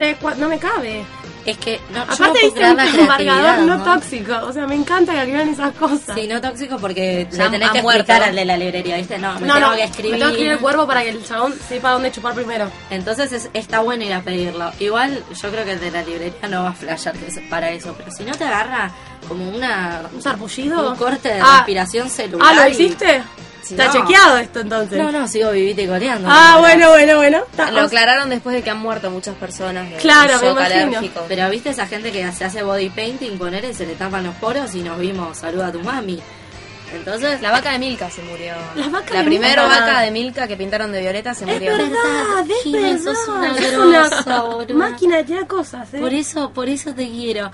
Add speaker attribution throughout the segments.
Speaker 1: tres, cuatro, no me cabe.
Speaker 2: Es que no, yo no
Speaker 1: Aparte
Speaker 2: puedo
Speaker 1: dicen
Speaker 2: crear la
Speaker 1: embargador
Speaker 2: creatividad,
Speaker 1: no,
Speaker 2: ¿no?
Speaker 1: tóxico, o sea, me encanta que escriban esas cosas.
Speaker 2: Sí, no tóxico porque
Speaker 3: Ya
Speaker 2: le tenés
Speaker 3: ha
Speaker 2: que
Speaker 3: muerto.
Speaker 2: explicar al de la librería, ¿viste? No, me
Speaker 1: no,
Speaker 2: tengo
Speaker 1: no,
Speaker 2: que escribir.
Speaker 1: me tengo que escribir el cuervo para que el chabón sepa dónde chupar primero.
Speaker 2: Entonces es- está bueno ir a pedirlo. Igual yo creo que el de la librería no va a flashear que es para eso, pero si no te agarra como una
Speaker 1: ¿Un sarpullido?
Speaker 2: un corte de
Speaker 1: Ah.
Speaker 2: respiración celular.
Speaker 1: Ah, ¿lo
Speaker 2: y-
Speaker 1: hiciste?
Speaker 2: Sí,
Speaker 1: Está
Speaker 2: no.
Speaker 1: chequeado esto entonces.
Speaker 2: No, no, sigo vivito y coleando.
Speaker 1: Ah,
Speaker 2: No,
Speaker 1: bueno, bueno, bueno. Está-
Speaker 3: Lo aclararon después de que han muerto muchas
Speaker 2: Eh,
Speaker 3: personas. de
Speaker 1: Claro, me
Speaker 3: shock
Speaker 1: imagino.
Speaker 3: alérgico.
Speaker 2: Pero viste esa gente que se hace body painting, poner y se le tapan los poros y nos vimos, saluda a tu mami. Entonces,
Speaker 3: La vaca de Milka se murió.
Speaker 1: Las vacas
Speaker 3: la
Speaker 1: de
Speaker 3: primera
Speaker 1: Milka.
Speaker 3: vaca de Milka que pintaron de violeta se murió.
Speaker 1: Es verdad, es
Speaker 2: Jimé,
Speaker 1: verdad.
Speaker 2: sos una
Speaker 1: Es una
Speaker 2: grosa, boluda.
Speaker 1: máquina de tirar cosas, ¿eh?
Speaker 2: Por eso, por eso te quiero.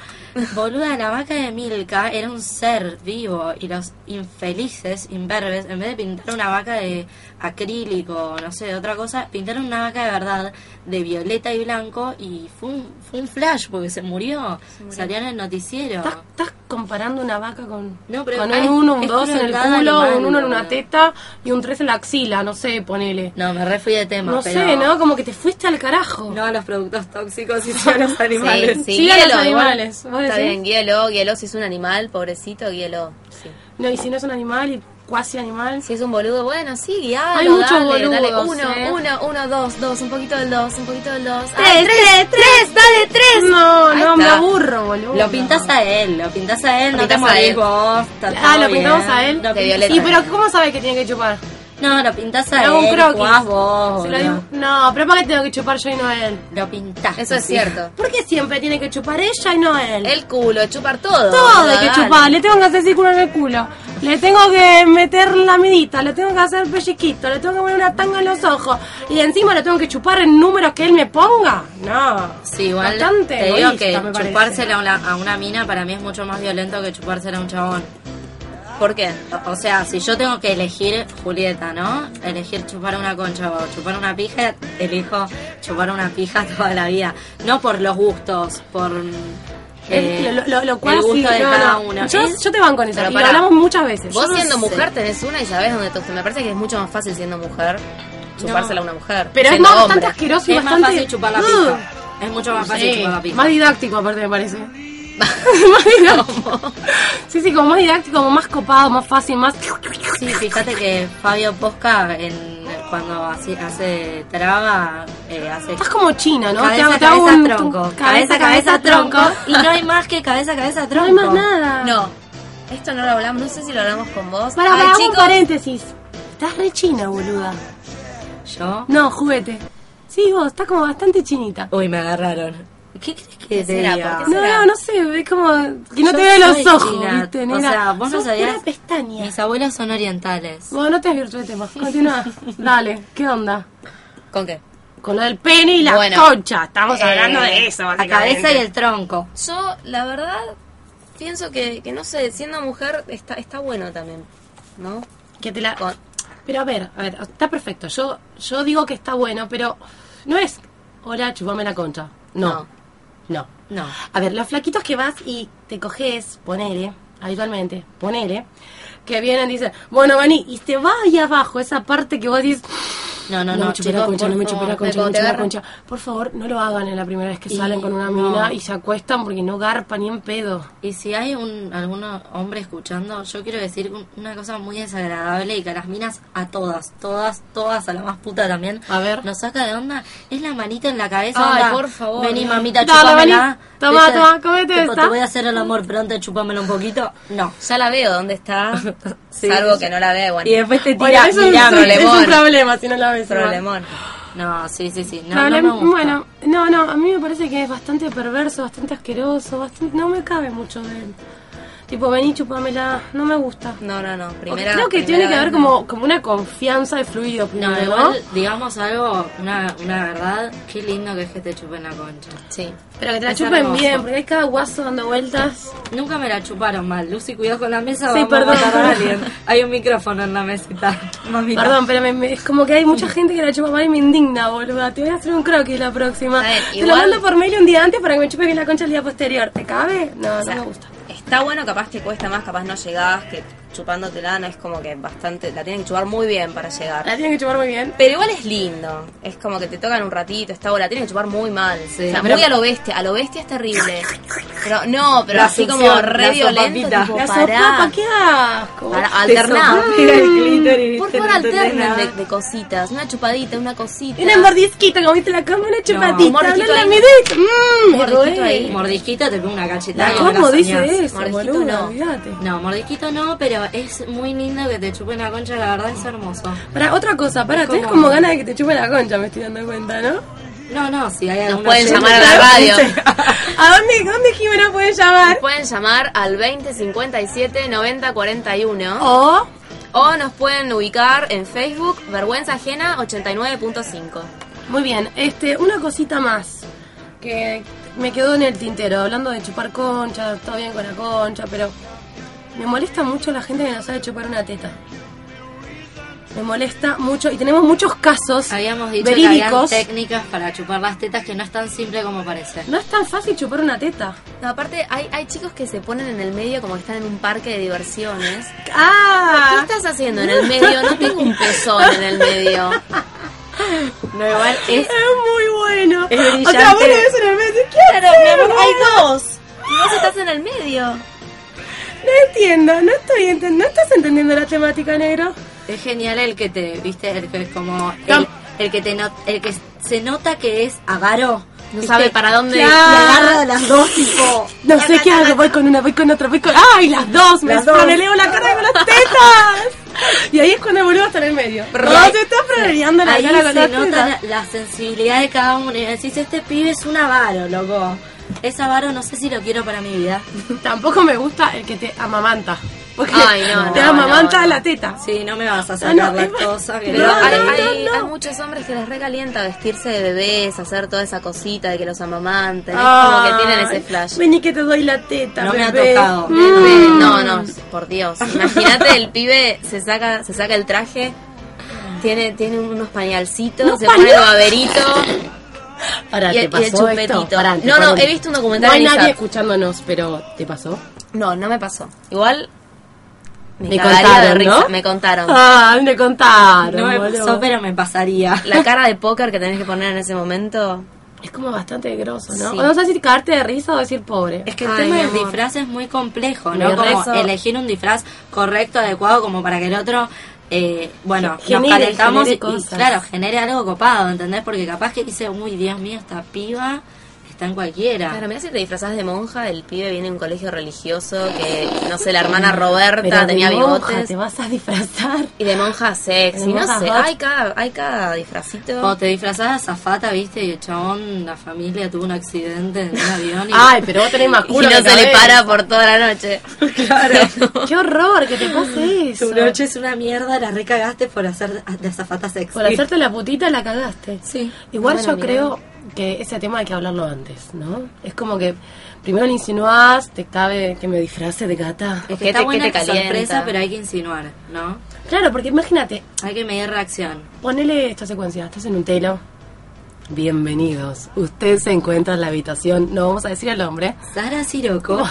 Speaker 2: Boluda, la vaca de Milka era un ser vivo y los infelices, imberbes, en vez de pintar una vaca de acrílico, no sé, de otra cosa, pintaron una vaca de verdad, de violeta y blanco y fue un, fue un flash porque se murió. Salió en el noticiero.
Speaker 1: ¿Estás, estás comparando una vaca con,
Speaker 2: No, pero
Speaker 1: con
Speaker 2: acá
Speaker 1: un
Speaker 2: es-
Speaker 1: 1, un
Speaker 2: es
Speaker 1: 2 en el
Speaker 2: crueldad
Speaker 1: culo,
Speaker 2: animal,
Speaker 1: un 1 en una
Speaker 2: boludo.
Speaker 1: teta y un 3 en la axila, no sé, ponele.
Speaker 2: No, me re fui de tema,
Speaker 1: No
Speaker 2: pero
Speaker 1: sé, ¿no? Como que te fuiste al carajo.
Speaker 2: No a los productos tóxicos y sí a los animales.
Speaker 3: Sí, sí,
Speaker 1: Sí, a los
Speaker 3: guíalo, igual.
Speaker 1: animales, ¿vos
Speaker 3: Está
Speaker 1: decís?
Speaker 3: bien, guíelo, guíelo. Si es un animal, pobrecito, guíelo. Sí.
Speaker 1: No, y si no es un animal y cuasi animal.
Speaker 3: Si es un boludo, bueno, sí, guialo.
Speaker 1: Hay muchos
Speaker 3: dale, dale.
Speaker 1: boludos,
Speaker 3: Uno,
Speaker 1: eh.
Speaker 3: uno, uno, dos, dos. Un poquito del dos, un poquito del dos.
Speaker 1: Tres,
Speaker 3: Ay,
Speaker 1: tres,
Speaker 3: tres, dale, tres.
Speaker 1: No,
Speaker 3: Ahí
Speaker 1: no,
Speaker 3: está.
Speaker 1: me aburro, boludo.
Speaker 2: Lo pintas a él, lo pintas a él,
Speaker 3: Lo
Speaker 2: no te
Speaker 3: pintás a
Speaker 2: morís
Speaker 3: él.
Speaker 2: vos. está
Speaker 1: Ah,
Speaker 2: todo
Speaker 1: lo pintamos
Speaker 2: bien.
Speaker 1: a él.
Speaker 2: Lo
Speaker 3: De
Speaker 2: pintás
Speaker 3: violeta.
Speaker 1: ¿Y pero cómo sabes que tiene que chupar?
Speaker 2: No, lo pintás a
Speaker 1: Le
Speaker 2: él.
Speaker 1: hago un croquis.
Speaker 2: jugás vos,
Speaker 1: Se lo
Speaker 2: boludo.
Speaker 1: digo- No, pero ¿para qué tengo que chupar yo y no él?
Speaker 2: Lo pintaste.
Speaker 3: Eso es
Speaker 2: sí.
Speaker 3: cierto.
Speaker 1: ¿Por qué siempre tiene que chupar ella y no él?
Speaker 3: El culo, chupar todo.
Speaker 1: Todo
Speaker 3: boluda,
Speaker 1: hay que
Speaker 3: dale.
Speaker 1: chupar, le tengo que hacer círculo en el culo, le tengo que meter la medita, le tengo que hacer pelliquito, le tengo que poner una tanga en los ojos y encima le tengo que chupar en números que él me ponga. No.
Speaker 2: Sí, igual
Speaker 1: Bastante
Speaker 2: te
Speaker 1: egoísta,
Speaker 2: digo que
Speaker 1: me parece.
Speaker 2: chupársela a una, a una mina para mí es mucho más violento que chupársela a un chabón.
Speaker 3: ¿Por qué?
Speaker 2: O- O sea, si yo tengo que elegir Julieta, ¿no? Elegir chupar una concha o chupar una pija, elijo chupar una pija toda la vida. No por los gustos, por eh,
Speaker 1: lo, lo- lo cual
Speaker 2: el gusto
Speaker 1: sí,
Speaker 2: de
Speaker 1: no,
Speaker 2: cada
Speaker 1: no.
Speaker 2: uno.
Speaker 1: Yo,
Speaker 2: Es-
Speaker 1: yo te banco en eso,
Speaker 3: Pero
Speaker 1: y lo
Speaker 3: pará.
Speaker 1: hablamos muchas veces.
Speaker 3: Vos
Speaker 1: Yo no
Speaker 3: siendo
Speaker 1: sé.
Speaker 3: mujer tenés una y sabés dónde te Me parece que es mucho más fácil siendo mujer chupársela a una mujer.
Speaker 1: Pero es
Speaker 3: Siendo
Speaker 1: más
Speaker 3: hombre.
Speaker 1: bastante asqueroso y
Speaker 2: es
Speaker 1: bastante.
Speaker 2: más fácil chupar la
Speaker 1: Mm.
Speaker 2: pija. Es mucho más fácil
Speaker 1: Sí,
Speaker 2: chupar la pija.
Speaker 1: más didáctico aparte me parece. más didáctico. Sí, sí, como más didáctico, como más copado, más fácil, más...
Speaker 2: Sí, fíjate que Fabio Posca en, cuando hace, hace traba, eh, hace
Speaker 1: Estás como china, ¿no?
Speaker 2: cabeza,
Speaker 1: hago- hago
Speaker 2: cabeza,
Speaker 1: un-
Speaker 2: tronco.
Speaker 1: un- Cabeza, cabeza, tronco.
Speaker 2: Y no hay más que cabeza, cabeza,
Speaker 1: No
Speaker 2: tronco.
Speaker 1: hay más nada.
Speaker 3: No, esto no lo hablamos, no sé si lo hablamos con vos.
Speaker 1: Para,
Speaker 3: Ay,
Speaker 1: para, hago un
Speaker 3: chicos,
Speaker 1: paréntesis. Estás re china, boluda.
Speaker 2: ¿Yo?
Speaker 1: No, juguete. Sí, vos, estás como bastante chinita.
Speaker 2: Uy, me agarraron. ¿Qué crees que
Speaker 3: ¿Qué
Speaker 2: te
Speaker 3: será?
Speaker 2: diga?
Speaker 3: ¿Por qué
Speaker 1: No,
Speaker 3: será?
Speaker 1: no, no sé, es como que no
Speaker 2: Yo
Speaker 1: te veo los
Speaker 2: soy
Speaker 1: ojos,
Speaker 2: china.
Speaker 1: ¿viste,
Speaker 2: O
Speaker 1: nena?
Speaker 2: sea, vos no
Speaker 1: Sos
Speaker 2: sabías-
Speaker 1: pura pestaña.
Speaker 2: Mis abuelas son orientales.
Speaker 1: Bueno, no te desvirtúes el tema. Continúa. Dale, ¿qué onda?
Speaker 3: ¿Con qué?
Speaker 1: Con lo del pene y la
Speaker 3: Bueno.
Speaker 1: concha. Estamos
Speaker 3: Eh,
Speaker 1: hablando de eso,
Speaker 2: La
Speaker 1: básicamente.
Speaker 2: cabeza y el tronco.
Speaker 3: Yo, la verdad, pienso que, que no sé, siendo mujer está, está bueno también, ¿no?
Speaker 1: Que te la-
Speaker 3: Con-
Speaker 1: Pero a ver, a ver, está perfecto. Yo, yo digo que está bueno, pero no es, hola, chupame la concha. No, no.
Speaker 2: No.
Speaker 1: A ver, los flaquitos que vas y te coges, ponele, habitualmente, ponele, que vienen y dicen, bueno, vení, y te va ahí abajo, esa parte que vos dices,
Speaker 2: No, no,
Speaker 1: no,
Speaker 2: no,
Speaker 1: me chupé la
Speaker 2: chicos,
Speaker 1: concha, no
Speaker 2: por
Speaker 1: me chupé la
Speaker 3: favor,
Speaker 1: concha, no me
Speaker 3: te
Speaker 1: chupé la
Speaker 3: agarra-
Speaker 1: concha. Por favor, no lo hagan en la primera vez que
Speaker 2: Y-
Speaker 1: salen con una
Speaker 2: no.
Speaker 1: mina y se acuestan porque no garpa ni en pedo.
Speaker 2: Y si hay un, algún hombre escuchando, yo quiero decir un- una cosa muy desagradable y que a las minas, a todas, todas, todas, a la más puta también,
Speaker 1: A ver.
Speaker 2: nos saca de onda, es la manita en la cabeza.
Speaker 3: Ay,
Speaker 2: onda,
Speaker 3: por favor.
Speaker 2: Vení, mamita,
Speaker 1: Dale,
Speaker 2: chupámela.
Speaker 1: vení. Tomá,
Speaker 2: ¿Viste?
Speaker 1: tomá, comete
Speaker 2: Tipo,
Speaker 1: esta.
Speaker 2: Te voy a hacer el amor pronto, chupámela un poquito. No.
Speaker 3: Ya la veo dónde está,
Speaker 2: Sí,
Speaker 3: salvo
Speaker 2: sí.
Speaker 3: que no la vea, bueno,
Speaker 2: Y después te
Speaker 1: Bueno,
Speaker 2: tira,
Speaker 1: eso es,
Speaker 2: mirá,
Speaker 1: un- es
Speaker 2: problemón.
Speaker 1: un problema si no la ves. igual.
Speaker 3: problemón.
Speaker 2: No, sí, sí, sí. No,
Speaker 1: Problem-
Speaker 2: no me gusta.
Speaker 1: Bueno, no, no, a mí me parece que es bastante perverso, bastante asqueroso, bastante, no me cabe mucho de él. Tipo, vení, chupámela, no me gusta.
Speaker 3: No, no, no,
Speaker 1: Porque
Speaker 3: primera
Speaker 1: creo que
Speaker 3: primera
Speaker 1: tiene que
Speaker 3: vez
Speaker 1: haber
Speaker 3: no.
Speaker 1: como, como una confianza de fluido primero,
Speaker 2: No,
Speaker 1: ¿no?
Speaker 2: igual, digamos algo, una, una verdad, qué lindo que es que te chupen la concha.
Speaker 3: Sí.
Speaker 1: Pero que te la
Speaker 2: Es
Speaker 1: chupen
Speaker 2: hermoso.
Speaker 1: bien, porque hay cada guaso dando vueltas.
Speaker 2: Nunca me la chuparon mal. Lucy, cuidado con la mesa.
Speaker 1: Sí,
Speaker 2: vamos a
Speaker 1: perdón.
Speaker 2: matar a alguien. Hay un micrófono en la mesita. Mamita.
Speaker 1: Perdón, pero me- me- es como que hay mucha gente que la chupa mal y me indigna, boluda. Te voy a hacer un croquis la próxima.
Speaker 3: Está bien,
Speaker 1: Te lo
Speaker 3: igual-
Speaker 1: mando por mail un día antes para que me chupe bien la concha el día posterior. ¿Te cabe? No,
Speaker 3: O sea,
Speaker 1: no me gusta.
Speaker 3: Está bueno, capaz te cuesta más, capaz no llegás, que chupándotela no es como que bastante. La tienen que chupar muy bien para llegar.
Speaker 1: La tienen que chupar muy bien.
Speaker 3: Pero igual es lindo. Es como que te tocan un ratito, esta hora. Tienen que chupar muy mal.
Speaker 2: Sí.
Speaker 3: o sea,
Speaker 2: Pero-
Speaker 3: muy a lo bestia. A lo bestia es terrible. Pero no, pero
Speaker 4: La
Speaker 3: así como
Speaker 4: succión,
Speaker 3: re
Speaker 4: la
Speaker 3: violento.
Speaker 4: sopapita.
Speaker 3: tipo,
Speaker 1: La
Speaker 3: pará.
Speaker 1: sopa, qué asco.
Speaker 3: Pará, alterná.
Speaker 4: Te sopapea el clítoris,
Speaker 3: Mm, Por
Speaker 4: ¿viste?
Speaker 3: favor,
Speaker 4: No entendés
Speaker 3: alternen de,
Speaker 4: nada.
Speaker 3: de cositas. Una chupadita, una cosita.
Speaker 1: Una mordisquita, como viste la cama, una chupadita,
Speaker 3: mordisquito
Speaker 1: una
Speaker 3: ahí.
Speaker 1: lamidita. Mmm,
Speaker 3: Mordisquito ahí.
Speaker 2: Mordisquito te pone una cachetada.
Speaker 1: La
Speaker 2: y una
Speaker 1: como
Speaker 2: lasañada.
Speaker 1: dice eso,
Speaker 3: Mordisquito
Speaker 1: boludo,
Speaker 3: no.
Speaker 1: olvídate.
Speaker 2: No, mordisquito no, pero es muy lindo que te chupen la concha, la verdad es hermoso.
Speaker 1: Para otra cosa, para,
Speaker 2: Es
Speaker 1: tenés
Speaker 2: como-
Speaker 1: como ganas de que te chupen la concha, me estoy dando cuenta, ¿no?
Speaker 2: No, no, si hay
Speaker 3: Nos
Speaker 2: alguna
Speaker 3: pueden
Speaker 2: oyente-
Speaker 3: llamar a la radio.
Speaker 1: ¿A dónde, dónde Jimena puede llamar?
Speaker 3: Pueden llamar al 20 57 90 41
Speaker 1: O
Speaker 3: o nos pueden ubicar en Facebook Vergüenza Ajena 89.5.
Speaker 1: Muy bien, este, una cosita más que me quedó en el tintero, hablando de chupar concha, todo bien con la concha, pero me molesta mucho la gente que no sabe chupar una teta. Me molesta mucho y tenemos muchos casos
Speaker 2: Habíamos dicho que habían
Speaker 1: verídicos.
Speaker 2: técnicas para chupar las tetas que no es tan simple como parece.
Speaker 1: no es tan fácil chupar una teta.
Speaker 3: No, aparte, hay, hay chicos que se ponen en el medio como que están en un parque de diversiones. ¿Qué
Speaker 1: ¡Ah!
Speaker 3: estás haciendo en el medio? No tengo un pezón en el medio.
Speaker 4: No, igual
Speaker 1: Es
Speaker 4: es.
Speaker 1: muy bueno.
Speaker 4: Es
Speaker 1: O sea, vos lo
Speaker 4: brillante.
Speaker 1: ves en el medio y decís, ¿qué
Speaker 3: Claro, mi amor, hay dos. Y vos estás en el medio.
Speaker 1: No entiendo, no estoy entendiendo, no estás entendiendo la temática, negro.
Speaker 2: Es genial el que te, viste, el que es como el,
Speaker 1: Tam-
Speaker 2: el que te not- el que se nota que es avaro.
Speaker 3: No sabe para dónde
Speaker 1: Claro.
Speaker 3: ir.
Speaker 4: Me agarra de las dos, tipo.
Speaker 1: No sé qué hago, voy con una, voy con otra, voy con. ¡Ay, las dos! Me
Speaker 4: Las dos.
Speaker 1: franeleo la cara con las tetas. Y ahí es cuando el boludo está en el medio. No, te estás franeleando la
Speaker 2: Ahí
Speaker 1: cara con
Speaker 2: se
Speaker 1: las
Speaker 2: nota la,
Speaker 1: tetas.
Speaker 2: la sensibilidad de cada uno. Y decís, este pibe es un avaro, loco. Es avaro, no sé si lo quiero para mi vida.
Speaker 1: Tampoco me gusta el que te amamanta. Porque
Speaker 3: Ay, no,
Speaker 1: te
Speaker 3: no,
Speaker 1: amamanta
Speaker 3: no, no.
Speaker 1: la teta.
Speaker 2: Sí, no me vas a
Speaker 1: Ah,
Speaker 2: sacar
Speaker 1: no,
Speaker 2: las
Speaker 1: es más-
Speaker 2: cosas. Que
Speaker 3: Pero
Speaker 1: No,
Speaker 3: hay,
Speaker 1: no,
Speaker 3: hay-
Speaker 1: no.
Speaker 3: hay muchos hombres que les recalienta vestirse de bebés, hacer toda esa cosita de que los amamanten. es como que tienen ese
Speaker 1: Ay,
Speaker 3: flash.
Speaker 1: Vení que te doy la teta.
Speaker 2: No me ha
Speaker 1: bebé. Mm.
Speaker 2: tocado.
Speaker 3: Bebé, No, no, por Dios. Imagínate el pibe se saca, se saca el traje, tiene, tiene unos pañalcitos,
Speaker 1: No,
Speaker 3: se pone el
Speaker 1: pañal.
Speaker 3: baberito
Speaker 1: Pará,
Speaker 3: y, el- y el chupetito. no, no, he visto un
Speaker 1: No
Speaker 3: documental
Speaker 1: hay
Speaker 3: en
Speaker 1: nadie
Speaker 3: Isaac.
Speaker 1: escuchándonos, pero ¿te pasó?
Speaker 3: No, no me pasó. Igual me,
Speaker 1: Me
Speaker 3: cagaría
Speaker 1: contaron,
Speaker 3: de risa.
Speaker 1: ¿no?
Speaker 3: Me contaron.
Speaker 1: Ah, me contaron.
Speaker 2: No me
Speaker 1: boludo.
Speaker 2: pasó, pero me pasaría.
Speaker 3: La cara de póker que tenés que poner en ese momento.
Speaker 1: Es como bastante grosso,
Speaker 3: Sí.
Speaker 1: ¿no? O No sé si cagarte de risa o decir pobre.
Speaker 2: Es que el
Speaker 3: Ay,
Speaker 2: tema
Speaker 3: mi
Speaker 2: del
Speaker 3: amor.
Speaker 2: disfraz es muy complejo,
Speaker 1: Me
Speaker 2: ¿no? Como
Speaker 1: rezo.
Speaker 2: elegir un disfraz correcto, adecuado, como para que el otro, eh, bueno,
Speaker 1: Genere,
Speaker 2: nos calentamos
Speaker 1: genere
Speaker 2: y,
Speaker 1: cosas.
Speaker 2: claro, genere algo copado, ¿entendés? Porque capaz que dice, uy, Dios mío, esta piba está en cualquiera.
Speaker 3: Claro, mira si te disfrazás de monja, el pibe viene de un colegio religioso que, no sé, la hermana Roberta
Speaker 1: Pero
Speaker 3: tenía
Speaker 1: de monja
Speaker 3: bigotes.
Speaker 1: te vas a disfrazar.
Speaker 3: Y de monja sexy,
Speaker 1: De
Speaker 3: no
Speaker 1: monja
Speaker 3: sé,
Speaker 1: hot.
Speaker 3: hay cada, hay cada disfrazito.
Speaker 2: Cuando te disfrazás de azafata, viste, y el chabón, la familia tuvo un accidente en un avión y...
Speaker 1: Ay, pero vos tenés más
Speaker 3: Y
Speaker 1: culo
Speaker 3: no
Speaker 1: que
Speaker 3: se le
Speaker 1: cabeza.
Speaker 3: para por toda la noche.
Speaker 1: Qué horror que te pase eso.
Speaker 2: tu noche es una mierda, la recagaste por hacer de azafata sexy.
Speaker 1: Por hacerte la putita la cagaste.
Speaker 2: eh, Sí.
Speaker 1: Igual
Speaker 3: Bueno,
Speaker 1: yo
Speaker 3: mirá.
Speaker 1: creo que ese tema hay que hablarlo antes, ¿no? Es como que primero le insinuás, te cabe que me disfrace de gata.
Speaker 2: Es
Speaker 3: ¿Qué
Speaker 2: que está
Speaker 3: te-
Speaker 2: buena
Speaker 3: qué te
Speaker 2: la sorpresa,
Speaker 3: calienta?
Speaker 2: pero hay que insinuar, ¿no?
Speaker 1: Claro, porque imagínate,
Speaker 2: Hay que medir reacción.
Speaker 1: Ponele esta secuencia, estás en un telo. Bienvenidos. Usted se encuentra en la habitación, no vamos a decir el nombre.
Speaker 2: Sara Siroco.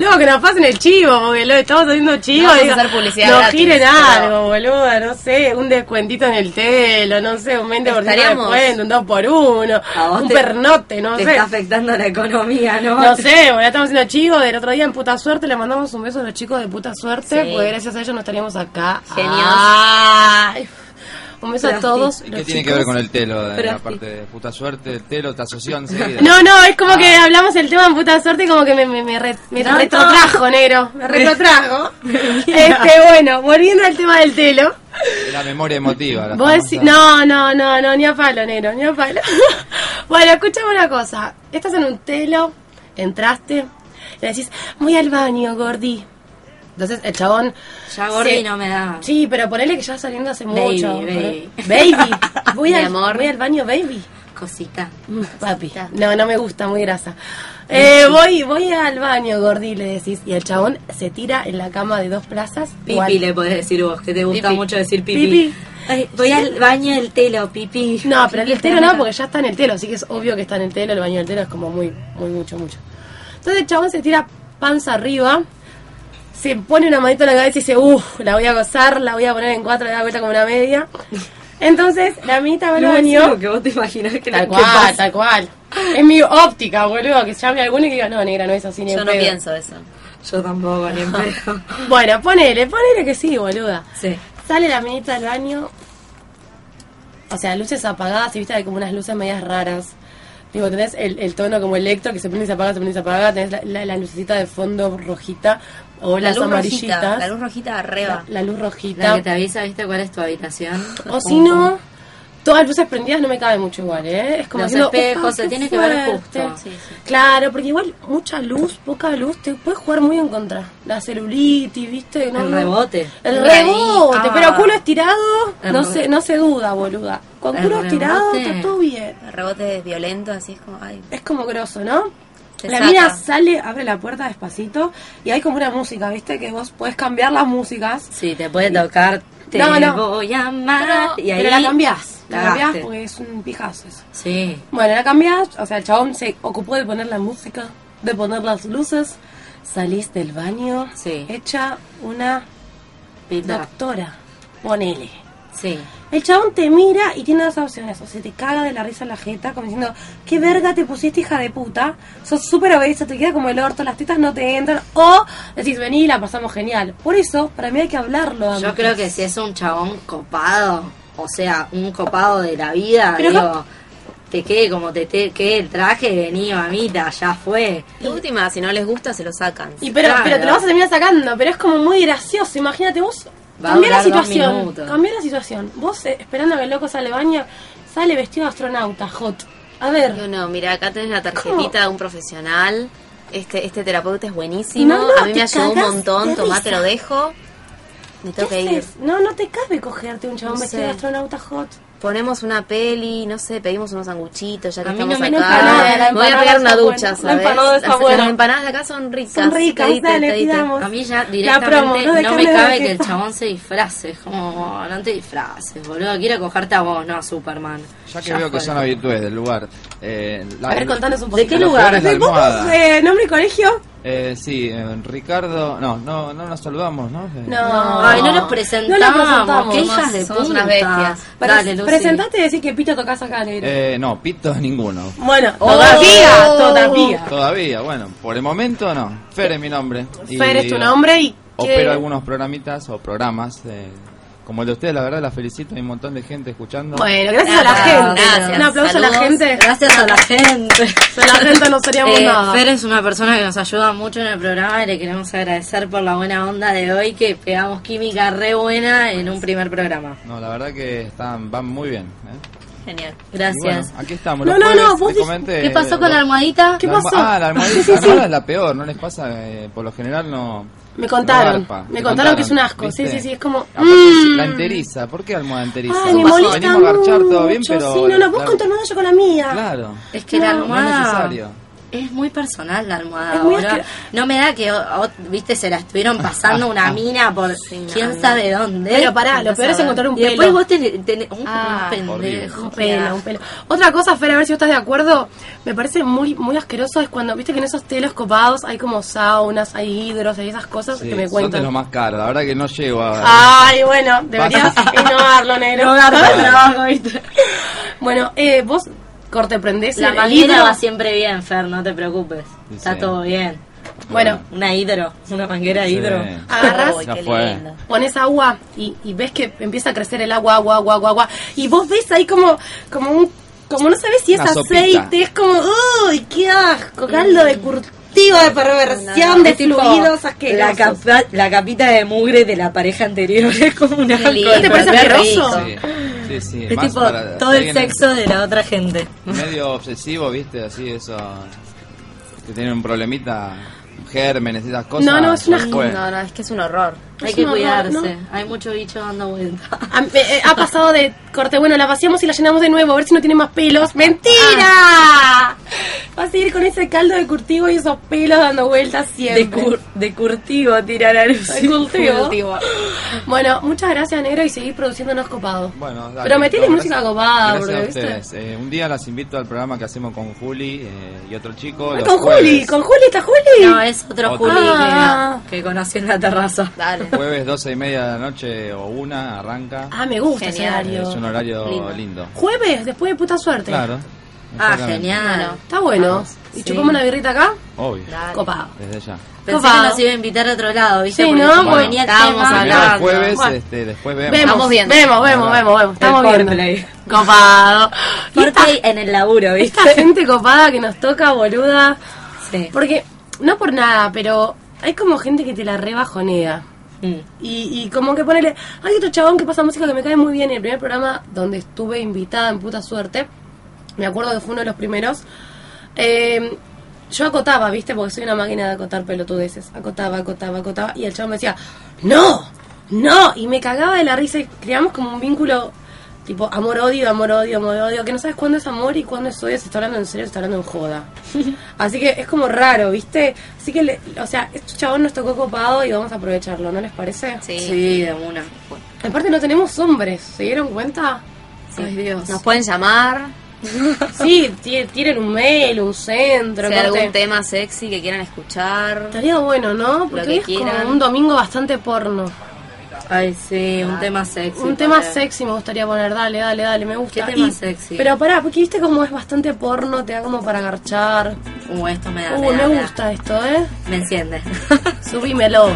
Speaker 1: no, que nos pasen el chivo, porque lo estamos haciendo chivo.
Speaker 3: No vamos a
Speaker 1: digo,
Speaker 3: hacer publicidad
Speaker 1: Nos
Speaker 3: gratis,
Speaker 1: giren
Speaker 3: pero-
Speaker 1: algo, boluda, no sé, un descuentito en el telo, no sé, un 20% de
Speaker 3: Estaríamos-
Speaker 1: descuento, un 2 por 1
Speaker 2: A vos
Speaker 1: un
Speaker 2: te-
Speaker 1: pernote, no
Speaker 2: Te
Speaker 1: sé.
Speaker 2: está afectando la economía, ¿no?
Speaker 1: No sé, boludo, estamos haciendo chivos del otro día en puta suerte, le mandamos un beso a los chicos de puta suerte,
Speaker 3: Sí.
Speaker 1: porque gracias a ellos no estaríamos acá.
Speaker 3: Genios.
Speaker 1: Ay. Un beso a todos.
Speaker 5: ¿Y
Speaker 1: los
Speaker 5: ¿Qué tiene que
Speaker 1: chicos.
Speaker 5: ver con el telo? De la
Speaker 2: Pero-
Speaker 5: parte de puta suerte, el telo, te asoció enseguida.
Speaker 1: No, no, es como que hablamos el tema en puta suerte y como que me, me, me re- me
Speaker 2: No,
Speaker 1: retrotrajo, negro. Me retrotrajo. este, bueno, volviendo al tema del telo.
Speaker 5: La memoria emotiva. la
Speaker 1: Vos
Speaker 5: famosa.
Speaker 1: decís, no, no, no, no, ni a palo, negro, ni a palo. bueno, escuchame una cosa. Estás en un telo, entraste, le decís, voy al baño, gordi. Entonces el chabón.
Speaker 2: Ya Gordi
Speaker 1: se-
Speaker 2: no me da.
Speaker 1: Sí, pero ponele que ya saliendo hace
Speaker 2: Baby,
Speaker 1: mucho.
Speaker 2: baby.
Speaker 1: Baby. Voy,
Speaker 3: Mi
Speaker 1: al,
Speaker 3: amor.
Speaker 1: voy al baño, baby.
Speaker 2: Cosita.
Speaker 1: Mm, Papi, no, no me gusta, muy grasa. Eh, voy, voy al baño, gordi, le decís. Y el chabón se tira en la cama de dos plazas.
Speaker 2: Pipi
Speaker 1: igual.
Speaker 2: le podés decir vos, que te gusta
Speaker 3: Pipi.
Speaker 2: mucho decir pipi.
Speaker 1: Pipi.
Speaker 2: Ay, voy al baño del telo, pipi.
Speaker 1: No, pero el telo no, porque ya está en el telo. Así que es obvio que está en el telo. El baño del telo es como muy, muy, mucho, mucho. Entonces el chabón se tira panza arriba. se pone una manito en la cabeza y dice, uff, la voy a gozar, la voy a poner en cuatro, le da vuelta como una media. Entonces, la mitad va al
Speaker 4: No es
Speaker 1: baño.
Speaker 4: lo que vos te imaginás que
Speaker 1: Tal
Speaker 4: que
Speaker 1: cual,
Speaker 4: pasa.
Speaker 1: tal cual. Es mi óptica, boludo, que se llame alguno y que diga, no, negra, no es así ni
Speaker 3: Yo
Speaker 1: en
Speaker 3: no
Speaker 1: pedo".
Speaker 3: pienso eso.
Speaker 4: Yo tampoco, ni en pedo.
Speaker 1: Bueno, ponele, ponele que sí, boluda.
Speaker 4: Sí.
Speaker 1: Sale la minita del baño. O sea, luces apagadas y viste, hay como unas luces medias raras. Digo, tenés el, el tono como electro que se prende y se apaga, se prende y se apaga. Tenés la, la, la lucecita de fondo rojita o las
Speaker 3: luz
Speaker 1: amarillitas.
Speaker 3: rojita, la luz rojita arriba.
Speaker 1: la, la luz rojita.
Speaker 2: La que te avisa, ¿viste cuál es tu habitación?
Speaker 1: O si no, todas las luces prendidas no me cabe mucho igual, ¿eh? Es como
Speaker 2: Los
Speaker 1: haciendo,
Speaker 2: espejos,
Speaker 1: "Upa,
Speaker 2: se
Speaker 1: qué
Speaker 2: tiene que ver
Speaker 1: fuerte".
Speaker 2: justo. Sí, sí.
Speaker 1: Claro, porque igual mucha luz, poca luz, te puedes jugar muy en contra. La celulitis, ¿viste? No,
Speaker 4: El
Speaker 1: no.
Speaker 4: rebote.
Speaker 1: El
Speaker 3: El
Speaker 1: rebote,
Speaker 3: rebote.
Speaker 2: Ah.
Speaker 1: pero culo estirado,
Speaker 4: El
Speaker 1: no
Speaker 4: re-
Speaker 1: se, no se duda, boluda. Con
Speaker 2: El
Speaker 1: culo estirado
Speaker 2: rebote.
Speaker 1: está todo bien.
Speaker 3: El rebote violento, así es como, ay,
Speaker 1: Es como grosso, ¿no?
Speaker 3: Te
Speaker 1: la
Speaker 3: saca.
Speaker 1: mina sale, abre la puerta despacito y hay como una música, ¿viste? Que vos podés cambiar las músicas.
Speaker 2: Sí, te puede tocar. Te
Speaker 1: No, no.
Speaker 2: voy a amar.
Speaker 1: Pero,
Speaker 2: y ahí
Speaker 1: la cambiás. La
Speaker 2: cagaste.
Speaker 1: cambiás porque es un pijazo eso.
Speaker 2: Sí.
Speaker 1: Bueno, la cambiás, o sea, el chabón se ocupó de poner la música, de poner las luces. Salís del baño,
Speaker 2: Sí.
Speaker 1: hecha una
Speaker 2: Pita.
Speaker 1: doctora, ponele.
Speaker 2: Sí.
Speaker 1: El chabón te mira y tiene dos opciones. O se te caga de la risa en la jeta, como diciendo, qué verga te pusiste, hija de puta. Sos súper obesa, te queda como el orto, las tetas no te entran. O decís, vení, la pasamos genial. Por eso, para mí hay que hablarlo.
Speaker 2: Yo
Speaker 1: amigos.
Speaker 2: creo que si es un chabón copado, o sea, un copado de la vida,
Speaker 1: Pero
Speaker 2: digo, te quede como te, te quede el traje, vení, mamita, ya fue.
Speaker 3: La última, si no les gusta, se lo sacan.
Speaker 1: Y pero,
Speaker 2: Claro.
Speaker 1: pero te lo vas a terminar sacando, pero es como muy gracioso. Imagínate vos,
Speaker 2: Va a
Speaker 1: cambiar la
Speaker 2: durar dos
Speaker 1: situación.
Speaker 2: minutos.
Speaker 1: Cambiar la situación. Vos eh, esperando que el loco sale del baño, sale vestido de astronauta, hot. A
Speaker 3: Yo
Speaker 1: ver,
Speaker 3: no, mira, acá tenés la tarjetita de un profesional. Este, este terapeuta es buenísimo.
Speaker 1: No, no,
Speaker 3: a mí
Speaker 1: te
Speaker 3: me ayudó
Speaker 1: cagás
Speaker 3: un
Speaker 1: de
Speaker 3: montón. Tomá,
Speaker 1: risa.
Speaker 3: te lo dejo. Me
Speaker 1: ¿qué
Speaker 3: tengo que ir.
Speaker 1: haces? No, no te cabe cogerte un chabón
Speaker 3: No
Speaker 1: vestido
Speaker 3: sé.
Speaker 1: de astronauta hot.
Speaker 3: Ponemos una peli, no sé, pedimos unos sanguchitos, ya que
Speaker 2: A mí no
Speaker 3: estamos
Speaker 2: me
Speaker 3: acá.
Speaker 1: empanada, la
Speaker 3: me voy a
Speaker 1: empanada
Speaker 3: pegar una
Speaker 1: está buena.
Speaker 3: ducha,
Speaker 1: La
Speaker 3: ¿sabes?
Speaker 1: empanada está
Speaker 3: las,
Speaker 1: buena.
Speaker 3: las empanadas de acá son ricas.
Speaker 1: Son ricas,
Speaker 3: pedite,
Speaker 1: dale,
Speaker 3: pedite.
Speaker 1: pidamos.
Speaker 2: A mí ya
Speaker 1: promo,
Speaker 2: directamente
Speaker 1: no
Speaker 2: no,
Speaker 1: de
Speaker 2: me
Speaker 1: carne de
Speaker 2: cabe que el
Speaker 1: jefa.
Speaker 2: chabón se disfrace, es como, no te disfraces, boludo, quiero cogerte a vos, no a Superman.
Speaker 5: Ya que veo que
Speaker 2: fue.
Speaker 5: son las virtudes del lugar. eh, la-
Speaker 1: A ver, contanos un
Speaker 5: los
Speaker 1: poquito.
Speaker 5: peores de la
Speaker 1: ¿Le ponemos
Speaker 5: almohada.
Speaker 1: eh, nombre y colegio?
Speaker 5: Eh, sí, eh, Ricardo. No, no, no nos saludamos, ¿no? Eh,
Speaker 1: No.
Speaker 2: Ay, no
Speaker 1: lo
Speaker 2: los presentamos, qué hijas de puta.
Speaker 3: somos unas bestias.
Speaker 2: Dale, Lucy.
Speaker 1: Presentate y decís que pito tocás acá, negro.
Speaker 5: Eh, no, pitos ninguno.
Speaker 1: bueno,
Speaker 2: Oh.
Speaker 1: todavía, todavía.
Speaker 5: Todavía, bueno, por el momento no. Fer es mi nombre. Y
Speaker 1: Fer es tu nombre y...
Speaker 5: Opero algunos programitas o programas. eh, como el de ustedes, la verdad, las felicito. Hay un montón de gente escuchando.
Speaker 1: Bueno, gracias a la
Speaker 3: Gracias,
Speaker 1: gente.
Speaker 3: gracias.
Speaker 1: Un aplauso a la
Speaker 3: Saludos.
Speaker 1: gente.
Speaker 2: Gracias a la gente.
Speaker 1: Sin la gente no seríamos
Speaker 2: Eh,
Speaker 1: nada.
Speaker 2: Fer es una persona que nos ayuda mucho en el programa y le queremos agradecer por la buena onda de hoy que pegamos química re buena en un primer programa.
Speaker 5: No, la verdad que están, van muy bien. ¿eh?
Speaker 3: Genial.
Speaker 5: Y
Speaker 2: Gracias.
Speaker 5: bueno, aquí estamos.
Speaker 1: No,
Speaker 5: Los
Speaker 1: no,
Speaker 5: jueves
Speaker 1: no, vos
Speaker 5: te
Speaker 1: dis-
Speaker 5: comenté,
Speaker 2: ¿Qué pasó
Speaker 5: eh,
Speaker 2: con la
Speaker 5: vos-
Speaker 2: almohadita?
Speaker 1: ¿Qué
Speaker 5: La almo-
Speaker 1: pasó?
Speaker 5: Ah, la almohadita.
Speaker 1: Sí, sí,
Speaker 5: La
Speaker 1: sí.
Speaker 5: almohada es la peor, no les pasa. Eh, por lo general no.
Speaker 1: Me contaron,
Speaker 5: no garpa.
Speaker 1: me
Speaker 5: Te
Speaker 1: contaron que es un asco.
Speaker 5: ¿viste?
Speaker 1: Sí, sí, sí, es como,
Speaker 5: Aparte,
Speaker 1: mm.
Speaker 5: La enteriza. ¿Por qué almohada enteriza?
Speaker 1: Ay, me
Speaker 5: Pasó.
Speaker 1: molesta
Speaker 5: Venimos a garchar todo bien,
Speaker 1: mucho,
Speaker 5: pero.
Speaker 1: Sí, no, no, vos
Speaker 5: la-
Speaker 1: con tu hermana, yo con la mía.
Speaker 5: Claro.
Speaker 2: Es que
Speaker 5: No,
Speaker 2: la
Speaker 5: no es
Speaker 2: almohada
Speaker 5: necesario.
Speaker 2: es muy personal la almohada
Speaker 1: Es muy
Speaker 2: ahora.
Speaker 1: asqueroso.
Speaker 2: No me da que, o- o- viste, se la estuvieron pasando una mina por quién sabe dónde.
Speaker 1: Pero pará, lo peor es encontrar un
Speaker 2: y después
Speaker 1: pelo.
Speaker 2: vos tenés tenés- un,
Speaker 3: Ah,
Speaker 2: un
Speaker 5: horrible.
Speaker 2: pendejo.
Speaker 1: Un pelo, un pelo. Otra cosa, Fer, a ver si vos estás de acuerdo, me parece muy muy asqueroso es cuando, viste que en esos telos copados hay como saunas, hay hidros, hay esas cosas
Speaker 5: Sí,
Speaker 1: que me Ah,
Speaker 5: son de
Speaker 1: cuentan.
Speaker 5: los más caros. La verdad que no llego a.
Speaker 1: Ay, bueno, deberías innovarlo, negro.
Speaker 2: trabajo, viste.
Speaker 1: bueno, eh, vos corte prendés
Speaker 2: La
Speaker 1: el
Speaker 2: manguera
Speaker 1: hidro.
Speaker 2: va siempre bien, Fer, no te preocupes.
Speaker 5: Sí,
Speaker 2: Está
Speaker 5: sí.
Speaker 2: todo bien.
Speaker 1: Bueno,
Speaker 2: Una hidro, una manguera
Speaker 5: Sí.
Speaker 2: hidro.
Speaker 1: Agarrás-
Speaker 5: Ya
Speaker 3: qué
Speaker 5: fue.
Speaker 3: lindo.
Speaker 1: pones agua y, y ves que empieza a crecer el agua, agua, agua, agua, agua. Y vos ves ahí como, como un, como no sabes si es
Speaker 5: Una sopita.
Speaker 1: aceite, es como, uy, qué asco, caldo de curtido, de perversión, de
Speaker 2: Es tipo
Speaker 1: fluidos
Speaker 2: la,
Speaker 1: asquerosos.
Speaker 2: capa- la capita de mugre de la pareja anterior es como una
Speaker 3: Qué lindo.
Speaker 1: ¿Te parece
Speaker 2: Re
Speaker 1: asqueroso?
Speaker 2: rico.
Speaker 5: Sí, sí, sí.
Speaker 2: Es
Speaker 5: más
Speaker 2: tipo
Speaker 5: para-
Speaker 2: todo el
Speaker 5: alguien es
Speaker 2: sexo de la otra gente.
Speaker 5: Medio obsesivo, viste, así eso. Que tiene un problemita. Gérmenes y esas cosas.
Speaker 1: No, no, es una-
Speaker 5: ya fue.
Speaker 3: No, no, es que es un horror.
Speaker 2: Hay
Speaker 1: Es
Speaker 2: que
Speaker 1: un horror,
Speaker 2: cuidarse.
Speaker 1: ¿no?
Speaker 2: Hay mucho bicho dando vuelta.
Speaker 1: Ha, eh, ha pasado de
Speaker 3: Ah.
Speaker 1: corte, bueno, la vaciamos y la llenamos de nuevo, a ver si no tiene más pelos. ¡Mentira! O ir con ese caldo de curtivo y esos pelos dando vueltas
Speaker 3: De,
Speaker 1: siempre.
Speaker 3: cur- de curtivo tiraron
Speaker 1: De cultivo. Bueno, muchas gracias, negro, y seguís produciéndonos copado.
Speaker 5: Bueno, dale,
Speaker 1: Pero metele
Speaker 5: no,
Speaker 1: música
Speaker 5: gracias-
Speaker 1: copada,
Speaker 5: Gracias
Speaker 1: porque,
Speaker 5: a ustedes. Eh, un día las invito al programa que hacemos con Juli eh, y otro chico.
Speaker 1: Ah,
Speaker 5: los
Speaker 1: con Juli,
Speaker 5: jueves.
Speaker 1: con Juli, está Juli.
Speaker 2: No, es otro
Speaker 5: Otro.
Speaker 2: Juli
Speaker 1: Ah.
Speaker 2: que, que conocí en la terraza.
Speaker 3: Dale.
Speaker 5: Jueves, 12 y media de la noche o una, arranca.
Speaker 1: Ah, me gusta ese
Speaker 3: Genial.
Speaker 5: Eh,
Speaker 1: horario.
Speaker 5: es un horario
Speaker 3: Lindo.
Speaker 5: lindo.
Speaker 1: Jueves, después de puta suerte.
Speaker 5: Claro.
Speaker 2: Ah,
Speaker 5: exactamente.
Speaker 2: genial.
Speaker 1: Está bueno. ¿Y chupamos una birrita acá?
Speaker 5: Obvio.
Speaker 3: Dale.
Speaker 1: Copado.
Speaker 5: Desde ya.
Speaker 2: Pensé
Speaker 1: Copado.
Speaker 2: que nos iba a invitar a otro lado, ¿viste?
Speaker 1: Sí,
Speaker 2: Porque
Speaker 1: ¿no? Ah,
Speaker 2: como
Speaker 5: Bueno,
Speaker 2: venía el
Speaker 3: estábamos
Speaker 2: tema-
Speaker 3: hablando.
Speaker 5: Mira, el jueves,
Speaker 1: Bueno.
Speaker 5: este, después vemos.
Speaker 1: Vemos,
Speaker 3: Estamos viendo.
Speaker 1: Vemos, vemos, vemos, vemos. Estamos viendo. Copado. Y esta,
Speaker 2: Porque en el laburo, ¿viste?
Speaker 1: esta gente copada que nos toca, boluda.
Speaker 2: Sí.
Speaker 1: Porque, no por nada, pero hay como gente que te la rebajonea.
Speaker 2: Mm.
Speaker 1: Y, y como que ponele, hay otro chabón que pasa música que me cae muy bien. En el primer programa donde estuve invitada en puta suerte, me acuerdo que fue uno de los primeros. eh, yo acotaba, ¿viste? Porque soy una máquina de acotar pelotudeces. Acotaba, acotaba, acotaba. Y el chabón me decía, ¡No! ¡No! Y me cagaba de la risa y creamos como un vínculo tipo amor-odio, amor-odio, amor-odio. Que no sabes cuándo es amor y cuándo es odio. Se está hablando en serio, se está hablando en joda. Así que es como raro, ¿viste? Así que, le- o sea, este chabón nos tocó copado y vamos a aprovecharlo, ¿no les parece?
Speaker 3: Sí.
Speaker 2: Sí, de una.
Speaker 1: Aparte no tenemos hombres, ¿se dieron cuenta?
Speaker 3: Sí.
Speaker 2: Ay, Dios.
Speaker 3: Nos pueden llamar
Speaker 1: Sí, ti- tienen un mail, un
Speaker 3: si
Speaker 1: centro,
Speaker 3: hay
Speaker 1: corte.
Speaker 3: algún tema sexy que quieran escuchar.
Speaker 1: Estaría bueno, ¿no? Porque
Speaker 3: que
Speaker 1: hoy es
Speaker 3: quieran.
Speaker 1: como un domingo bastante porno.
Speaker 2: Ay, sí, un tema sexy.
Speaker 1: un tema
Speaker 2: para-
Speaker 1: sexy me gustaría poner, dale, dale, dale, me gusta.
Speaker 2: ¿Qué tema sexy?
Speaker 1: Pero pará, porque viste como es bastante porno, te da como para agarchar.
Speaker 2: Uh, esto me da.
Speaker 1: Uy,
Speaker 2: me, da,
Speaker 1: me
Speaker 2: me da.
Speaker 1: gusta esto, ¿eh?
Speaker 2: Me enciende.
Speaker 1: Subímelo.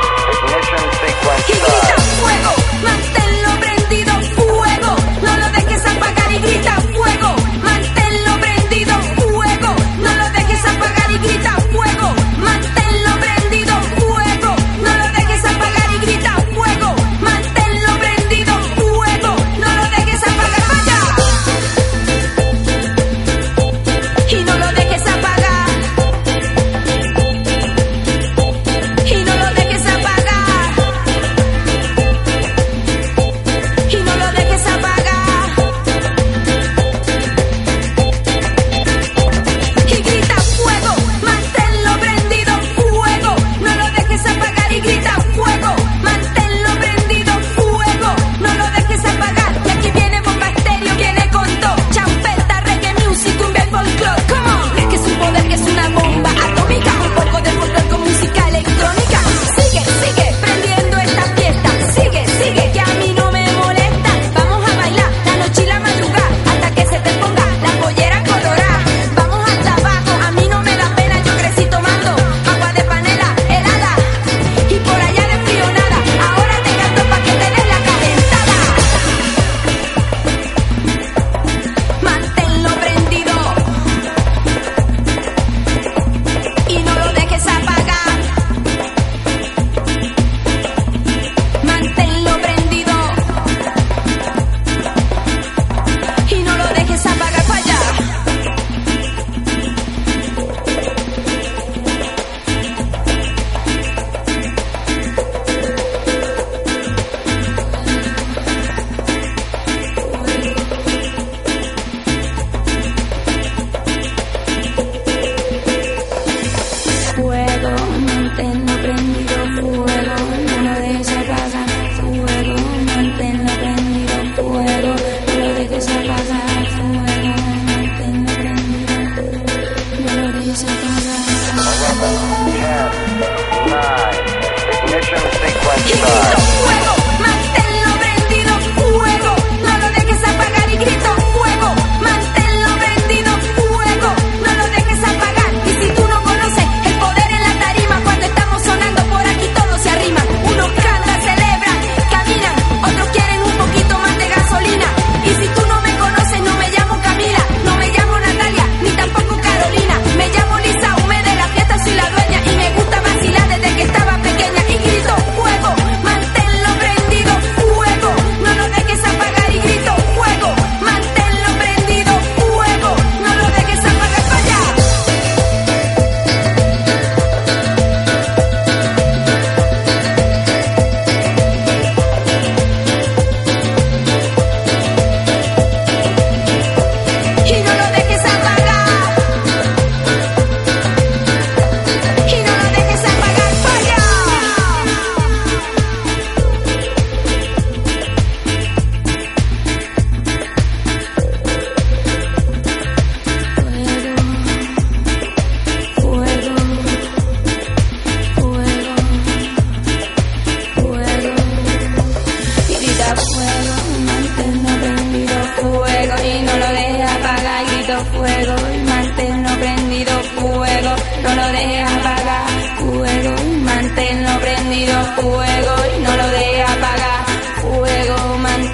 Speaker 6: grita fuego, manténlo prendido fuego, no lo dejes apagar y grita fuego, manténlo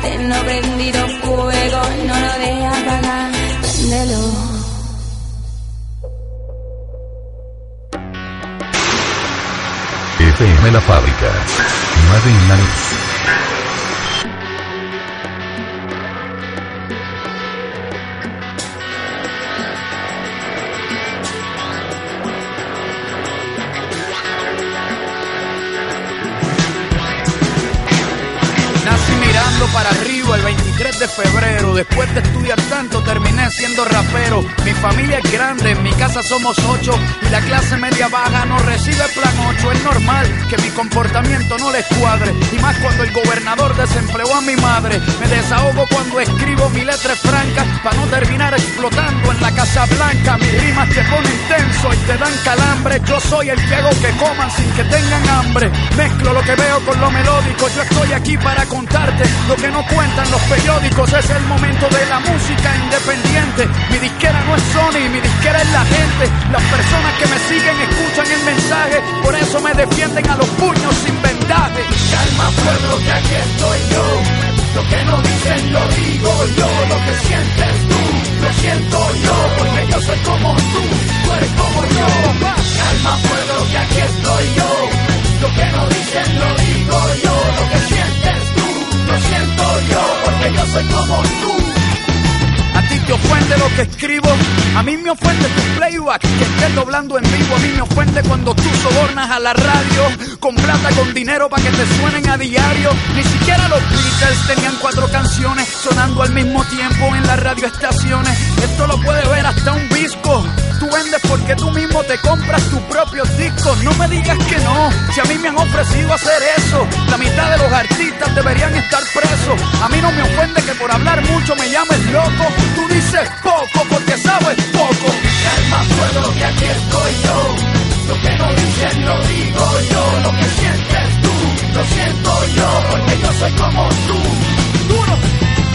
Speaker 6: Tengo prendido fuego, no lo dejes apagar, préndelo.
Speaker 7: FM La Fábrica. Madre y Nanus.
Speaker 8: Nací mirando para arriba el 23 de febrero. Después de estudiar tanto, terminé siendo rapero. Mi familia es grande, en mi casa somos ocho. Y la clase media baja no recibe plan 8. Es normal que mi comportamiento no les cuadre. Y más cuando el gobernador desempleó a mi madre. Me desahogo cuando escribo mi letra es franca. Para no terminar explotando en la Casa Blanca. Mis rimas te ponen tenso y te dan calambre. Yo soy el que hago que coman sin que tengan hambre. Mezclo lo que veo con lo melódico. Yo estoy aquí para contarte lo que no cuentan los periódicos. Es el momento de la música independiente. Mi disquera no es Sony, mi disquera es la gente. Las personas que me siguen escuchan el mensaje. Por eso me defienden a los puños sin vendaje. Calma, pueblo, que aquí estoy yo. Lo que no dicen lo digo yo. Lo que sientes tú, lo siento yo. Porque yo soy como tú, tú eres como yo. Calma, pueblo, que aquí estoy yo. Lo que no dicen lo digo yo. Lo que sientes tú, lo siento yo. Porque yo soy como tú. A ti te ofende lo que escribo, a mí me ofende tu playback, que estés doblando en vivo, a mí me ofende cuando tú sobornas a la radio, con plata, con dinero para que te suenen a diario. Ni siquiera los Beatles tenían cuatro canciones sonando al mismo tiempo en las radioestaciones. Esto lo puede ver hasta un disco. Tú vendes porque tú mismo te compras tus propios discos. No me digas que no, si a mí me han ofrecido hacer eso. La mitad de los artistas deberían estar presos. A mí no me ofende que por hablar mucho me llames loco. Tú dices poco porque sabes poco. Calma, pueblo, que aquí estoy yo. Lo que no dicen lo digo yo. Lo que sientes tú, lo siento yo. Porque yo soy como tú. Duro.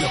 Speaker 8: Lo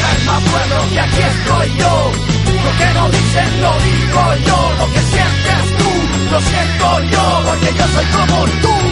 Speaker 8: Calma pueblo que aquí estoy yo. Lo que no dicen lo digo yo, lo que sientes tú, lo siento yo, porque yo soy como tú.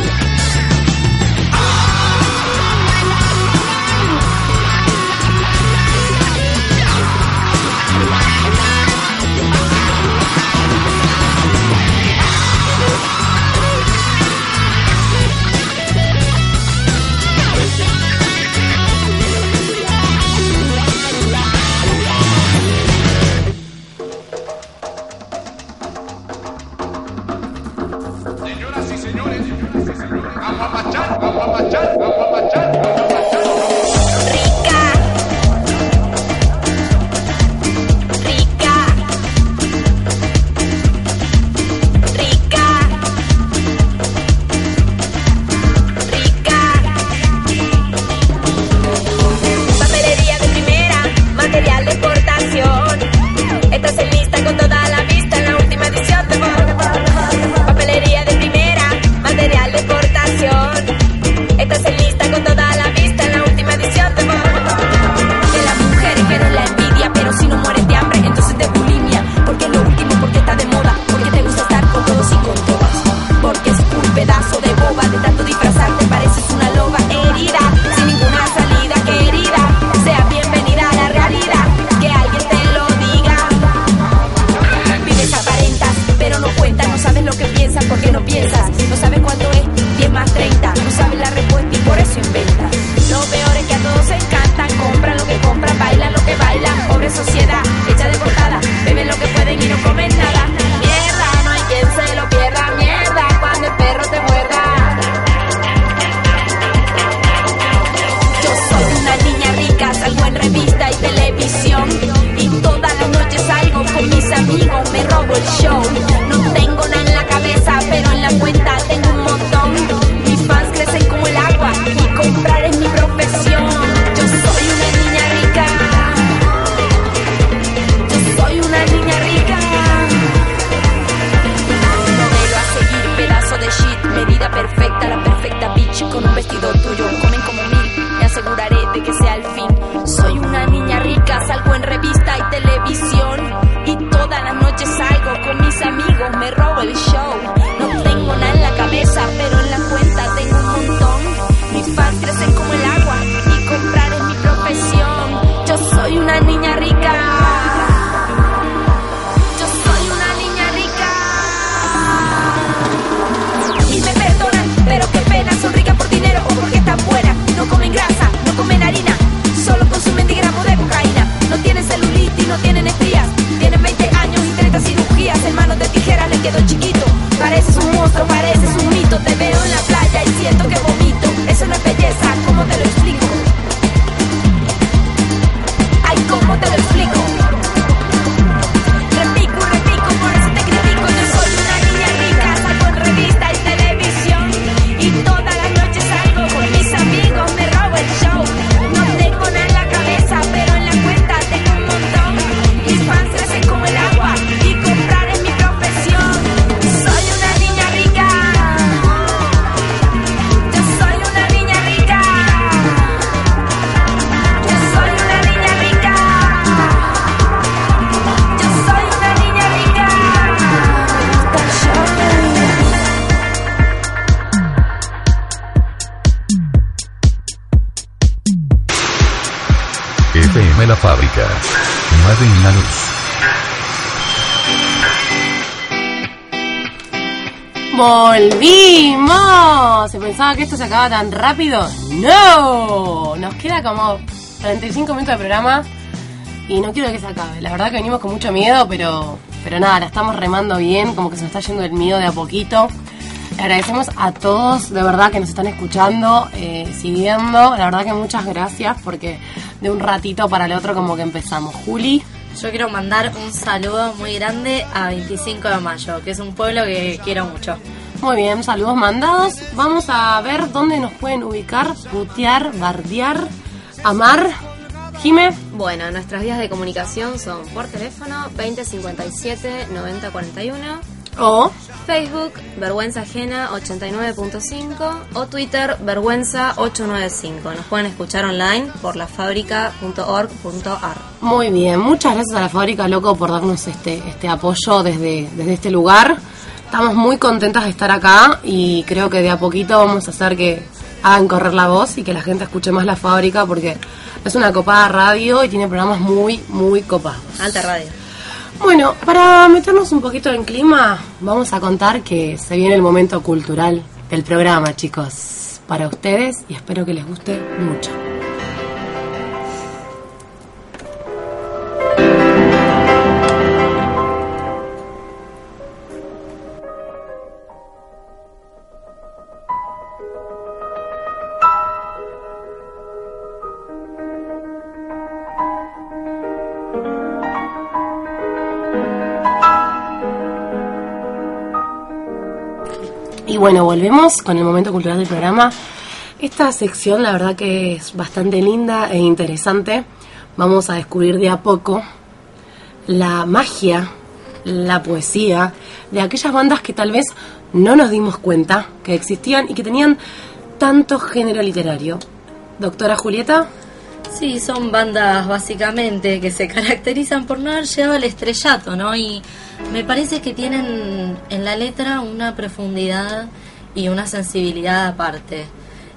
Speaker 6: quedo chiquito. Pareces un monstruo, pareces un mito. Te veo en la playa y siento que vomito. Eso no es belleza, ¿cómo te lo explico? Ay, ¿cómo te lo explico? Repico, repico, por eso te critico. Yo soy una niña rica, salgo en revista y televisión. Y todas las noches salgo con mis amigos, me robo el show. No tengo nada en la cabeza, pero en la cuenta tengo un montón. Mis fans crecen como el agua y comprar es mi profesión. Soy una niña rica. Yo soy una niña rica. Yo soy una niña rica. Yo soy una niña rica.
Speaker 7: FM La Fábrica. Madre en la Luz.
Speaker 1: ¡Volvimos! ¿Se pensaba que esto se acababa tan rápido? ¡No! Nos queda como 35 minutos de programa y no quiero que se acabe. La verdad que venimos con mucho miedo, pero, pero nada, la estamos remando bien, como que se nos está yendo el miedo de a poquito. Le agradecemos a todos, de verdad, que nos están escuchando, eh, siguiendo. La verdad que muchas gracias porque de un ratito para el otro como que empezamos. Juli.
Speaker 2: Yo quiero mandar un saludo muy grande a 25 de mayo, que es un pueblo que quiero mucho.
Speaker 1: Muy bien, saludos mandados. Vamos a ver dónde nos pueden ubicar, putear, bardear, amar. Jime,
Speaker 3: Bueno, nuestras vías de comunicación son por teléfono 2057 9041,
Speaker 1: o
Speaker 3: Facebook Vergüenza Ajena 89.5 o Twitter Vergüenza 895. Nos pueden escuchar online por lafabrica.org.ar.
Speaker 1: muy bien, muchas gracias a la fábrica Loco por darnos este, este apoyo desde, desde este lugar. Estamos muy contentas de estar acá y creo que de a poquito vamos a hacer que hagan correr la voz y que la gente escuche más la fábrica porque es una copada radio y tiene programas muy, muy copados.
Speaker 3: Alta radio.
Speaker 1: Bueno, para meternos un poquito en clima, vamos a contar que se viene el momento cultural del programa, chicos, para ustedes y espero que les guste mucho. Y bueno, volvemos con el momento cultural del programa. Esta sección la verdad que es bastante linda e interesante. Vamos a descubrir de a poco la magia, la poesía de aquellas bandas que tal vez no nos dimos cuenta que existían y que tenían tanto género literario. Doctora Julieta,
Speaker 2: Sí, son bandas básicamente que se caracterizan por no haber llegado al estrellato, ¿no? Y me parece que tienen en la letra una profundidad y una sensibilidad aparte.